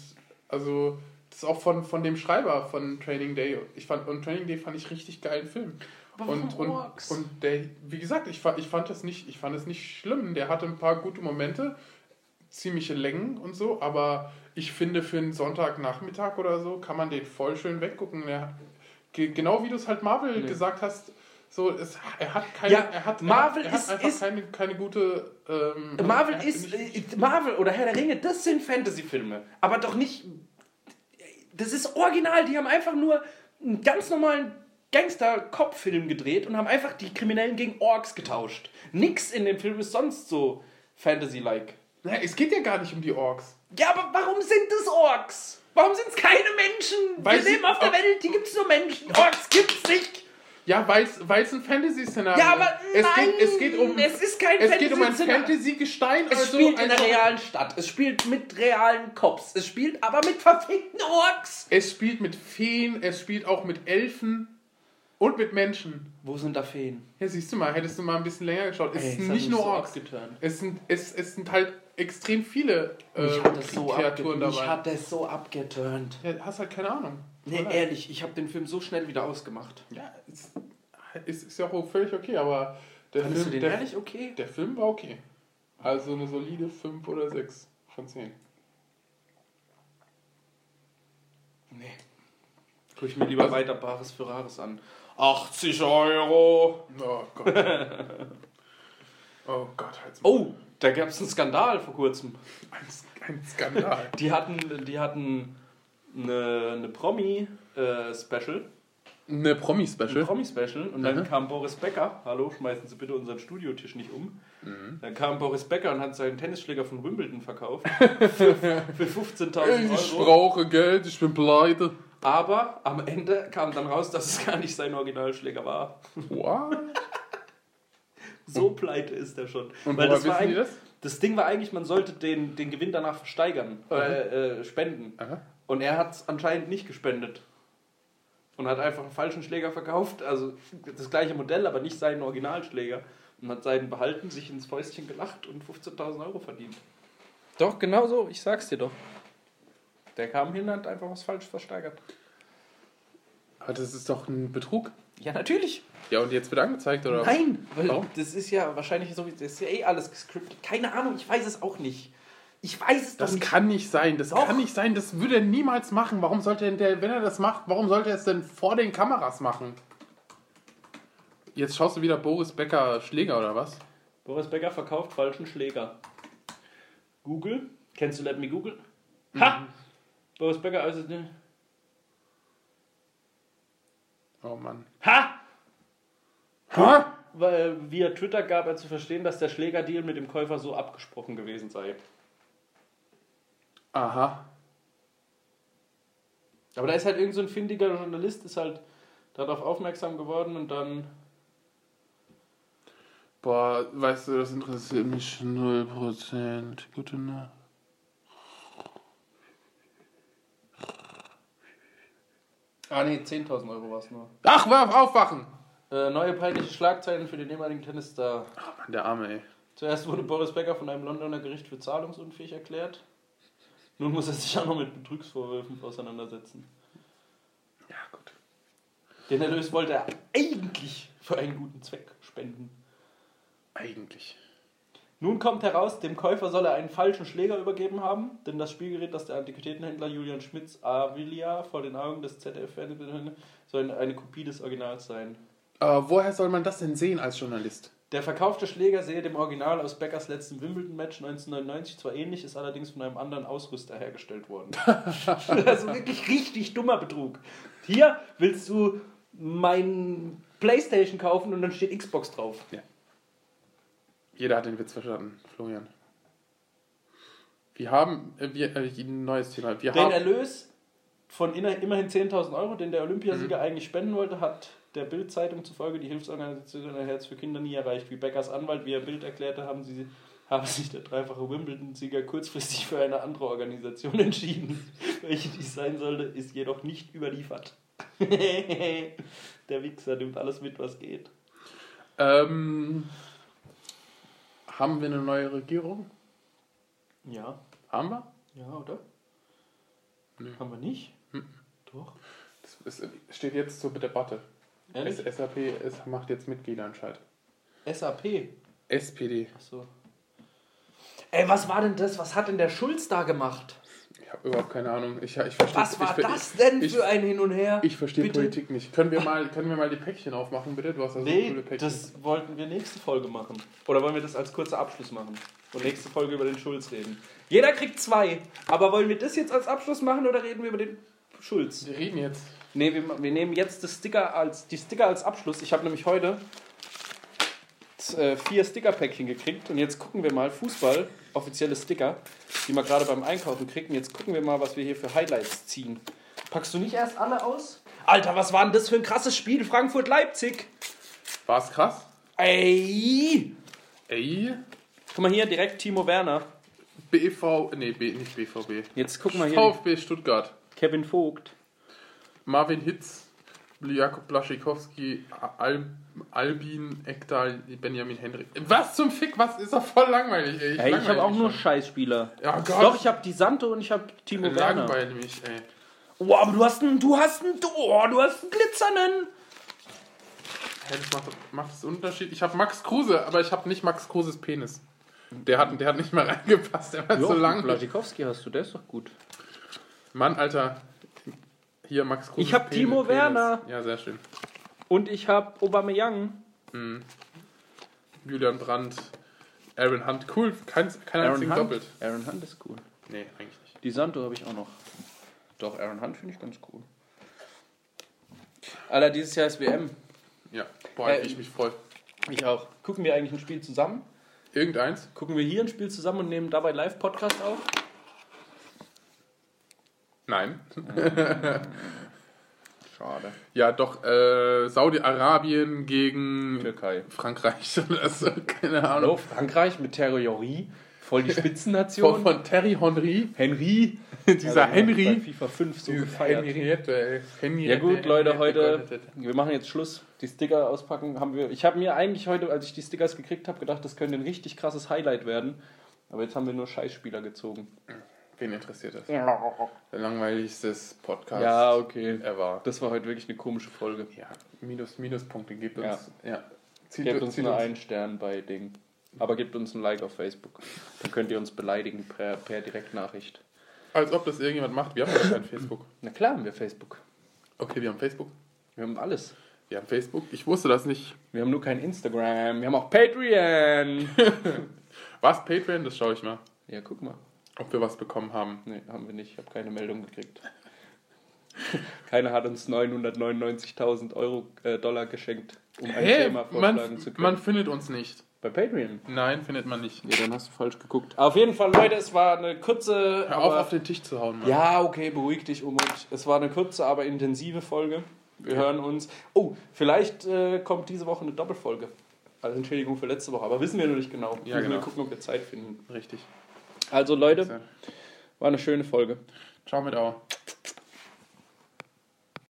Speaker 2: also, das ist auch von, von dem Schreiber von Training Day. Ich fand, und Training Day fand ich richtig geilen Film.
Speaker 4: Aber
Speaker 2: Und,
Speaker 4: warum
Speaker 2: und,
Speaker 4: Orks?
Speaker 2: und der, wie gesagt, ich, fa- ich, fand das nicht, ich fand das nicht schlimm. Der hatte ein paar gute Momente, ziemliche Längen und so, aber ich finde, für einen Sonntagnachmittag oder so kann man den voll schön weggucken. Der, ge- genau wie du es halt Marvel
Speaker 4: Nee.
Speaker 2: gesagt hast, so, es, er hat keine,
Speaker 4: Ja,
Speaker 2: er hat,
Speaker 4: Marvel
Speaker 2: er hat, er hat
Speaker 4: ist-
Speaker 2: einfach
Speaker 4: ist-
Speaker 2: keine, keine gute. ähm, er
Speaker 4: Marvel
Speaker 2: hat
Speaker 4: ist.
Speaker 2: nicht-
Speaker 4: Äh, Marvel oder Herr der Ringe, das sind Fantasy-Filme. Aber doch nicht. Das ist original. Die haben einfach nur einen ganz normalen Gangster-Cop-Film gedreht und haben einfach die Kriminellen gegen Orks getauscht. Nix in dem Film ist sonst so Fantasy-like.
Speaker 2: Naja, es geht ja gar nicht um die Orks.
Speaker 4: Ja, aber warum sind es Orks? Warum sind es keine Menschen?
Speaker 2: Weil
Speaker 4: Wir
Speaker 2: sie-
Speaker 4: leben auf der
Speaker 2: Or-
Speaker 4: Welt, die gibt's nur Menschen. Orks gibt's nicht.
Speaker 2: Ja, weil es ein Fantasy-Szenario
Speaker 1: Ja,
Speaker 2: ist.
Speaker 1: aber
Speaker 2: es
Speaker 1: nein,
Speaker 2: Geht, es geht um,
Speaker 1: es ist kein
Speaker 2: es geht um ein
Speaker 1: Fantasy-Szenario.
Speaker 2: Fantasy-Gestein.
Speaker 1: Es
Speaker 2: also
Speaker 1: spielt in einer
Speaker 2: einfach-
Speaker 1: realen Stadt. Es spielt mit realen Cops. Es spielt aber mit verfickten Orks.
Speaker 2: Es spielt mit Feen, es spielt auch mit Elfen und mit Menschen.
Speaker 1: Wo sind da Feen?
Speaker 2: Ja, siehst du mal, hättest du mal ein bisschen länger geschaut. Es
Speaker 1: Ey, das
Speaker 2: sind
Speaker 1: hat
Speaker 2: nicht
Speaker 1: mich
Speaker 2: nur
Speaker 1: so
Speaker 2: Orks.
Speaker 1: abgeturnt.
Speaker 2: Es sind, es, es sind halt extrem viele äh,
Speaker 1: Mich hat das so
Speaker 2: Kreaturen
Speaker 1: abgeturnt. Mich
Speaker 2: dabei.
Speaker 1: hat das so abgeturnt.
Speaker 2: Ja, hast halt keine Ahnung.
Speaker 1: Nee,
Speaker 2: Voll leid.
Speaker 1: ehrlich, ich habe den Film so schnell wieder ausgemacht.
Speaker 2: Ja, es, es ist ja auch völlig okay, aber der
Speaker 1: Fandest du
Speaker 2: Film,
Speaker 1: den
Speaker 2: der,
Speaker 1: ehrlich okay?
Speaker 2: der Film war okay. Also eine solide 5 oder 6 von 10.
Speaker 1: Nee. Guck ich mir lieber
Speaker 2: Also-
Speaker 1: weiter Bares für Rares an. 80 Euro!
Speaker 2: Oh Gott. oh Gott, halt's mal.
Speaker 1: Oh, da gab es einen Skandal vor kurzem.
Speaker 2: Ein, Sk- ein Skandal.
Speaker 1: Die hatten, die hatten eine, eine äh, Promi-Special.
Speaker 2: Eine
Speaker 1: ein
Speaker 2: Promi-Special.
Speaker 1: Promi-Special und dann
Speaker 2: Mhm.
Speaker 1: kam Boris Becker. Hallo, schmeißen Sie bitte unseren Studiotisch nicht um.
Speaker 2: Mhm.
Speaker 1: Dann kam Boris Becker und hat seinen Tennisschläger von Wimbledon verkauft für, für 15.000
Speaker 2: Ich
Speaker 1: Euro.
Speaker 2: brauche Geld, ich bin pleite.
Speaker 1: Aber am Ende kam dann raus, dass es gar nicht sein Originalschläger war.
Speaker 2: What?
Speaker 1: So pleite ist er schon.
Speaker 2: Mhm. Und
Speaker 1: Weil das,
Speaker 2: woher
Speaker 1: war
Speaker 2: wissen die
Speaker 1: eigentlich-
Speaker 2: das?
Speaker 1: das Ding war eigentlich, man sollte den, den Gewinn danach versteigern,
Speaker 2: Mhm.
Speaker 1: äh, äh, spenden.
Speaker 2: Aha.
Speaker 1: Und er hat es anscheinend nicht gespendet. Und hat einfach einen falschen Schläger verkauft. Also das gleiche Modell, aber nicht seinen Originalschläger. Und hat seinen behalten, sich ins Fäustchen gelacht und 15.000 Euro verdient. Doch, genau so. Ich sag's dir doch. Der kam hin und hat einfach was falsch versteigert.
Speaker 2: Aber das ist doch ein Betrug.
Speaker 1: Ja, natürlich.
Speaker 2: Ja, und jetzt wird angezeigt, oder?
Speaker 1: Nein. Weil
Speaker 2: Warum?
Speaker 1: Das ist ja wahrscheinlich so, wie das ist ja eh alles gescriptet. Keine Ahnung, ich weiß es auch nicht. Ich weiß es doch
Speaker 2: Das
Speaker 1: nicht.
Speaker 2: kann nicht sein, das
Speaker 1: Doch.
Speaker 2: kann nicht sein, das würde er niemals machen. Warum sollte er, der, wenn er das macht, warum sollte er es denn vor den Kameras machen? Jetzt schaust du wieder Boris Becker Schläger oder was?
Speaker 1: Boris Becker verkauft falschen Schläger. Google. Kennst du Let Me Google? Ha! Boris Becker also ne.
Speaker 2: Oh Mann.
Speaker 1: Ha!
Speaker 2: Ha?
Speaker 1: Weil via Twitter gab er zu verstehen, dass der Schlägerdeal mit dem Käufer so abgesprochen gewesen sei.
Speaker 2: Aha.
Speaker 1: Aber da ist halt irgend so ein findiger Journalist, ist halt darauf aufmerksam geworden und dann.
Speaker 2: Boah, weißt du, das interessiert mich 0%. Gute Nacht.
Speaker 1: Ah ne, 10.000 Euro war es nur.
Speaker 2: Ach, wirf aufwachen!
Speaker 1: Äh, neue peinliche Schlagzeilen für den ehemaligen Tennisstar.
Speaker 2: Oh Mann, der Arme, ey.
Speaker 1: Zuerst wurde Boris Becker von einem Londoner Gericht für zahlungsunfähig erklärt. Nun muss er sich auch noch mit Betrugsvorwürfen auseinandersetzen.
Speaker 2: Ja, gut.
Speaker 1: Den Erlös wollte er eigentlich für einen guten Zweck spenden.
Speaker 2: Eigentlich.
Speaker 1: Nun kommt heraus, dem Käufer soll er einen falschen Schläger übergeben haben, denn das Spielgerät, das der Antiquitätenhändler Julian Schmitz Avilia vor den Augen des ZDF fernsehbildenden, soll eine Kopie des Originals sein.
Speaker 2: Äh, woher soll man das denn sehen als Journalist?
Speaker 1: Der verkaufte Schläger sehe dem Original aus Beckers letzten Wimbledon-Match 1999 zwar ähnlich, ist allerdings von einem anderen Ausrüster hergestellt worden. also wirklich richtig dummer Betrug. Hier willst du mein Playstation kaufen und dann steht Xbox drauf.
Speaker 2: Jeder hat den Witz verstanden, Florian. Wir haben äh, wir, äh, ein neues Thema. Wir
Speaker 1: Den
Speaker 2: haben,
Speaker 1: Erlös von inner- immerhin 10.000 Euro, den der Olympiasieger eigentlich spenden wollte, hat der Bild-Zeitung zufolge die Hilfsorganisation ein Herz für Kinder nie erreicht. Wie Beckers Anwalt via Bild erklärte, haben, sie, haben sich der dreifache Wimbledon-Sieger kurzfristig für eine andere Organisation entschieden. Welche dies sein sollte, ist jedoch nicht überliefert. der Wichser nimmt alles mit, was geht.
Speaker 2: ähm, haben wir eine neue Regierung?
Speaker 1: Ja,
Speaker 2: Haben wir?
Speaker 1: ja, oder?
Speaker 2: Nö.
Speaker 1: Haben wir nicht? Doch.
Speaker 2: Das ist, äh, steht jetzt zur Debatte.
Speaker 1: Ehrlich?
Speaker 2: S- SAP es macht jetzt Mitgliederentscheid.
Speaker 1: SAP.
Speaker 2: SPD.
Speaker 1: Ach so. Ey, was war denn das? Was hat denn der Schulz da gemacht?
Speaker 2: Ich habe überhaupt keine Ahnung. Ich, ich verstehe
Speaker 1: Was war
Speaker 2: ich,
Speaker 1: das denn
Speaker 2: ich,
Speaker 1: für ein Hin und Her?
Speaker 2: Ich verstehe
Speaker 1: Bitte?
Speaker 2: Politik nicht. Können wir, mal, können wir mal die Päckchen aufmachen, bitte? Du hast ja so
Speaker 1: Nee,
Speaker 2: coole Päckchen.
Speaker 1: das wollten wir nächste Folge machen. Oder wollen wir das als kurzer Abschluss machen? Und nächste Folge über den Schulz reden. Jeder kriegt zwei. Aber wollen wir das jetzt als Abschluss machen oder reden wir über den Schulz?
Speaker 2: Wir reden jetzt.
Speaker 1: Nee, wir, ma- wir nehmen jetzt das Sticker als, die Sticker als Abschluss. Ich habe nämlich heute äh, vier Stickerpäckchen gekriegt. Und jetzt gucken wir mal Fußball, offizielle Sticker, die man gerade beim Einkaufen kriegt. Und jetzt gucken wir mal, was wir hier für Highlights ziehen. Packst du nicht erst alle aus?
Speaker 4: Alter, was war denn das für ein krasses Spiel? Frankfurt-Leipzig.
Speaker 2: War's krass?
Speaker 4: Ey!
Speaker 2: Ey,
Speaker 1: Guck mal hier, direkt Timo Werner.
Speaker 2: BV, nee, B, nicht BVB.
Speaker 1: Jetzt gucken wir hier.
Speaker 2: VfB Stuttgart.
Speaker 1: Kevin Vogt.
Speaker 2: Marvin Hitz, Jakub Blaschikowski, Al Albin, Ekdal, Benjamin Hendrik. Was zum Fick, was ist doch voll langweilig, ey.
Speaker 1: Ey, ich habe
Speaker 2: langweile
Speaker 1: auch
Speaker 2: mich
Speaker 1: nur
Speaker 2: schon.
Speaker 1: Scheißspieler.
Speaker 2: Ja, Gott.
Speaker 1: Doch, ich habe die Santo und ich habe Timo Werner.
Speaker 2: Langweile mich, ey.
Speaker 1: Oh, aber du hast einen, du hast einen, oh, du hast einen glitzernden.
Speaker 2: Hä, das macht, macht das einen Unterschied. Ich habe Max Kruse, aber ich habe nicht Max Kruses Penis. Der hat, der hat nicht mal reingepasst, der war
Speaker 1: Jo,
Speaker 2: so lang.
Speaker 1: Blaschikowski hast du, der ist doch gut.
Speaker 2: Mann, Alter. Hier, Max Kruse.
Speaker 1: Ich hab Timo Werner.
Speaker 2: Ja, sehr schön.
Speaker 1: Und ich habe Aubameyang.
Speaker 2: Julian Brandt, Aaron Hunt. Cool, kein, kein einzigen doppelt.
Speaker 1: Aaron Hunt ist cool.
Speaker 2: Nee, eigentlich nicht.
Speaker 1: Die Santo habe ich auch noch. Doch, Aaron Hunt finde ich ganz cool. Alter, dieses Jahr ist WM.
Speaker 2: Ja, boah,
Speaker 1: Äh,
Speaker 2: wie ich mich freue.
Speaker 1: Ich auch. Gucken wir eigentlich ein Spiel zusammen?
Speaker 2: Irgendeins?
Speaker 1: Gucken wir hier ein Spiel zusammen und nehmen dabei Live-Podcast auf?
Speaker 2: Nein.
Speaker 1: Schade.
Speaker 2: Ja, doch, äh, Saudi-Arabien gegen
Speaker 1: Türkei.
Speaker 2: Frankreich oder so, keine
Speaker 1: Hallo,
Speaker 2: Ahnung.
Speaker 1: Frankreich mit Terroriori. Voll die
Speaker 2: Von,
Speaker 1: Spitzennation.
Speaker 2: von Terry Henry,
Speaker 1: Henry.
Speaker 2: dieser
Speaker 1: Alter, wir haben Bei
Speaker 2: Henry.
Speaker 1: FIFA 5 so
Speaker 2: Dieses
Speaker 1: gefeiert.
Speaker 2: Henriette, ey. Henriette,
Speaker 1: Ja gut, Leute,
Speaker 2: Henriette,
Speaker 1: heute,
Speaker 2: Henriette.
Speaker 1: wir machen jetzt Schluss. Die Sticker auspacken haben wir. Ich habe mir eigentlich heute, als ich die Stickers gekriegt habe, gedacht, das könnte ein richtig krasses Highlight werden. Aber jetzt haben wir nur Scheißspieler gezogen.
Speaker 2: Wen interessiert das? Der langweiligste Podcast
Speaker 1: Ja, okay.
Speaker 2: ever.
Speaker 1: Das war heute wirklich eine komische Folge.
Speaker 2: Ja, Minus, Minuspunkte gibt
Speaker 1: Ja.
Speaker 2: uns. Ja. Zieht
Speaker 1: Gebt uns
Speaker 2: zieht
Speaker 1: nur einen Stern bei Ding. Aber gebt uns ein Like auf Facebook. Dann könnt ihr uns beleidigen per, per Direktnachricht.
Speaker 2: Als ob das irgendjemand macht. Wir haben ja kein Facebook.
Speaker 1: Na klar haben wir Facebook.
Speaker 2: Okay, wir haben Facebook.
Speaker 1: Wir haben alles.
Speaker 2: Wir haben Facebook. Ich wusste das nicht.
Speaker 1: Wir haben nur kein Instagram. Wir haben auch Patreon.
Speaker 2: Was? Patreon? Das schaue ich mal.
Speaker 1: ja, guck mal.
Speaker 2: Ob wir was bekommen haben.
Speaker 1: Nee, haben wir nicht. Ich habe keine Meldung gekriegt. Keiner hat uns 999.000 Euro äh, Dollar geschenkt, um ein
Speaker 2: Hey,
Speaker 1: Thema vorschlagen
Speaker 2: man,
Speaker 1: zu können.
Speaker 2: man findet uns nicht.
Speaker 1: Bei Patreon.
Speaker 2: Nein, findet man nicht.
Speaker 1: Ja, dann hast du falsch geguckt. Auf jeden Fall, Leute, es war eine kurze.
Speaker 2: Hör auf,
Speaker 1: aber-
Speaker 2: auf den Tisch zu hauen, Mann.
Speaker 1: ja, Ah, okay, beruhig dich, Umut. Es war eine kurze, aber intensive Folge. Wir hören uns. Oh, vielleicht äh, kommt diese Woche eine Doppelfolge. Also Entschuldigung für letzte Woche, aber wissen wir noch nicht genau. wir
Speaker 2: Ja,
Speaker 1: müssen
Speaker 2: genau.
Speaker 1: nur gucken, ob wir Zeit finden.
Speaker 2: Richtig.
Speaker 1: Also Leute, war eine schöne Folge.
Speaker 2: Ciao mit Au.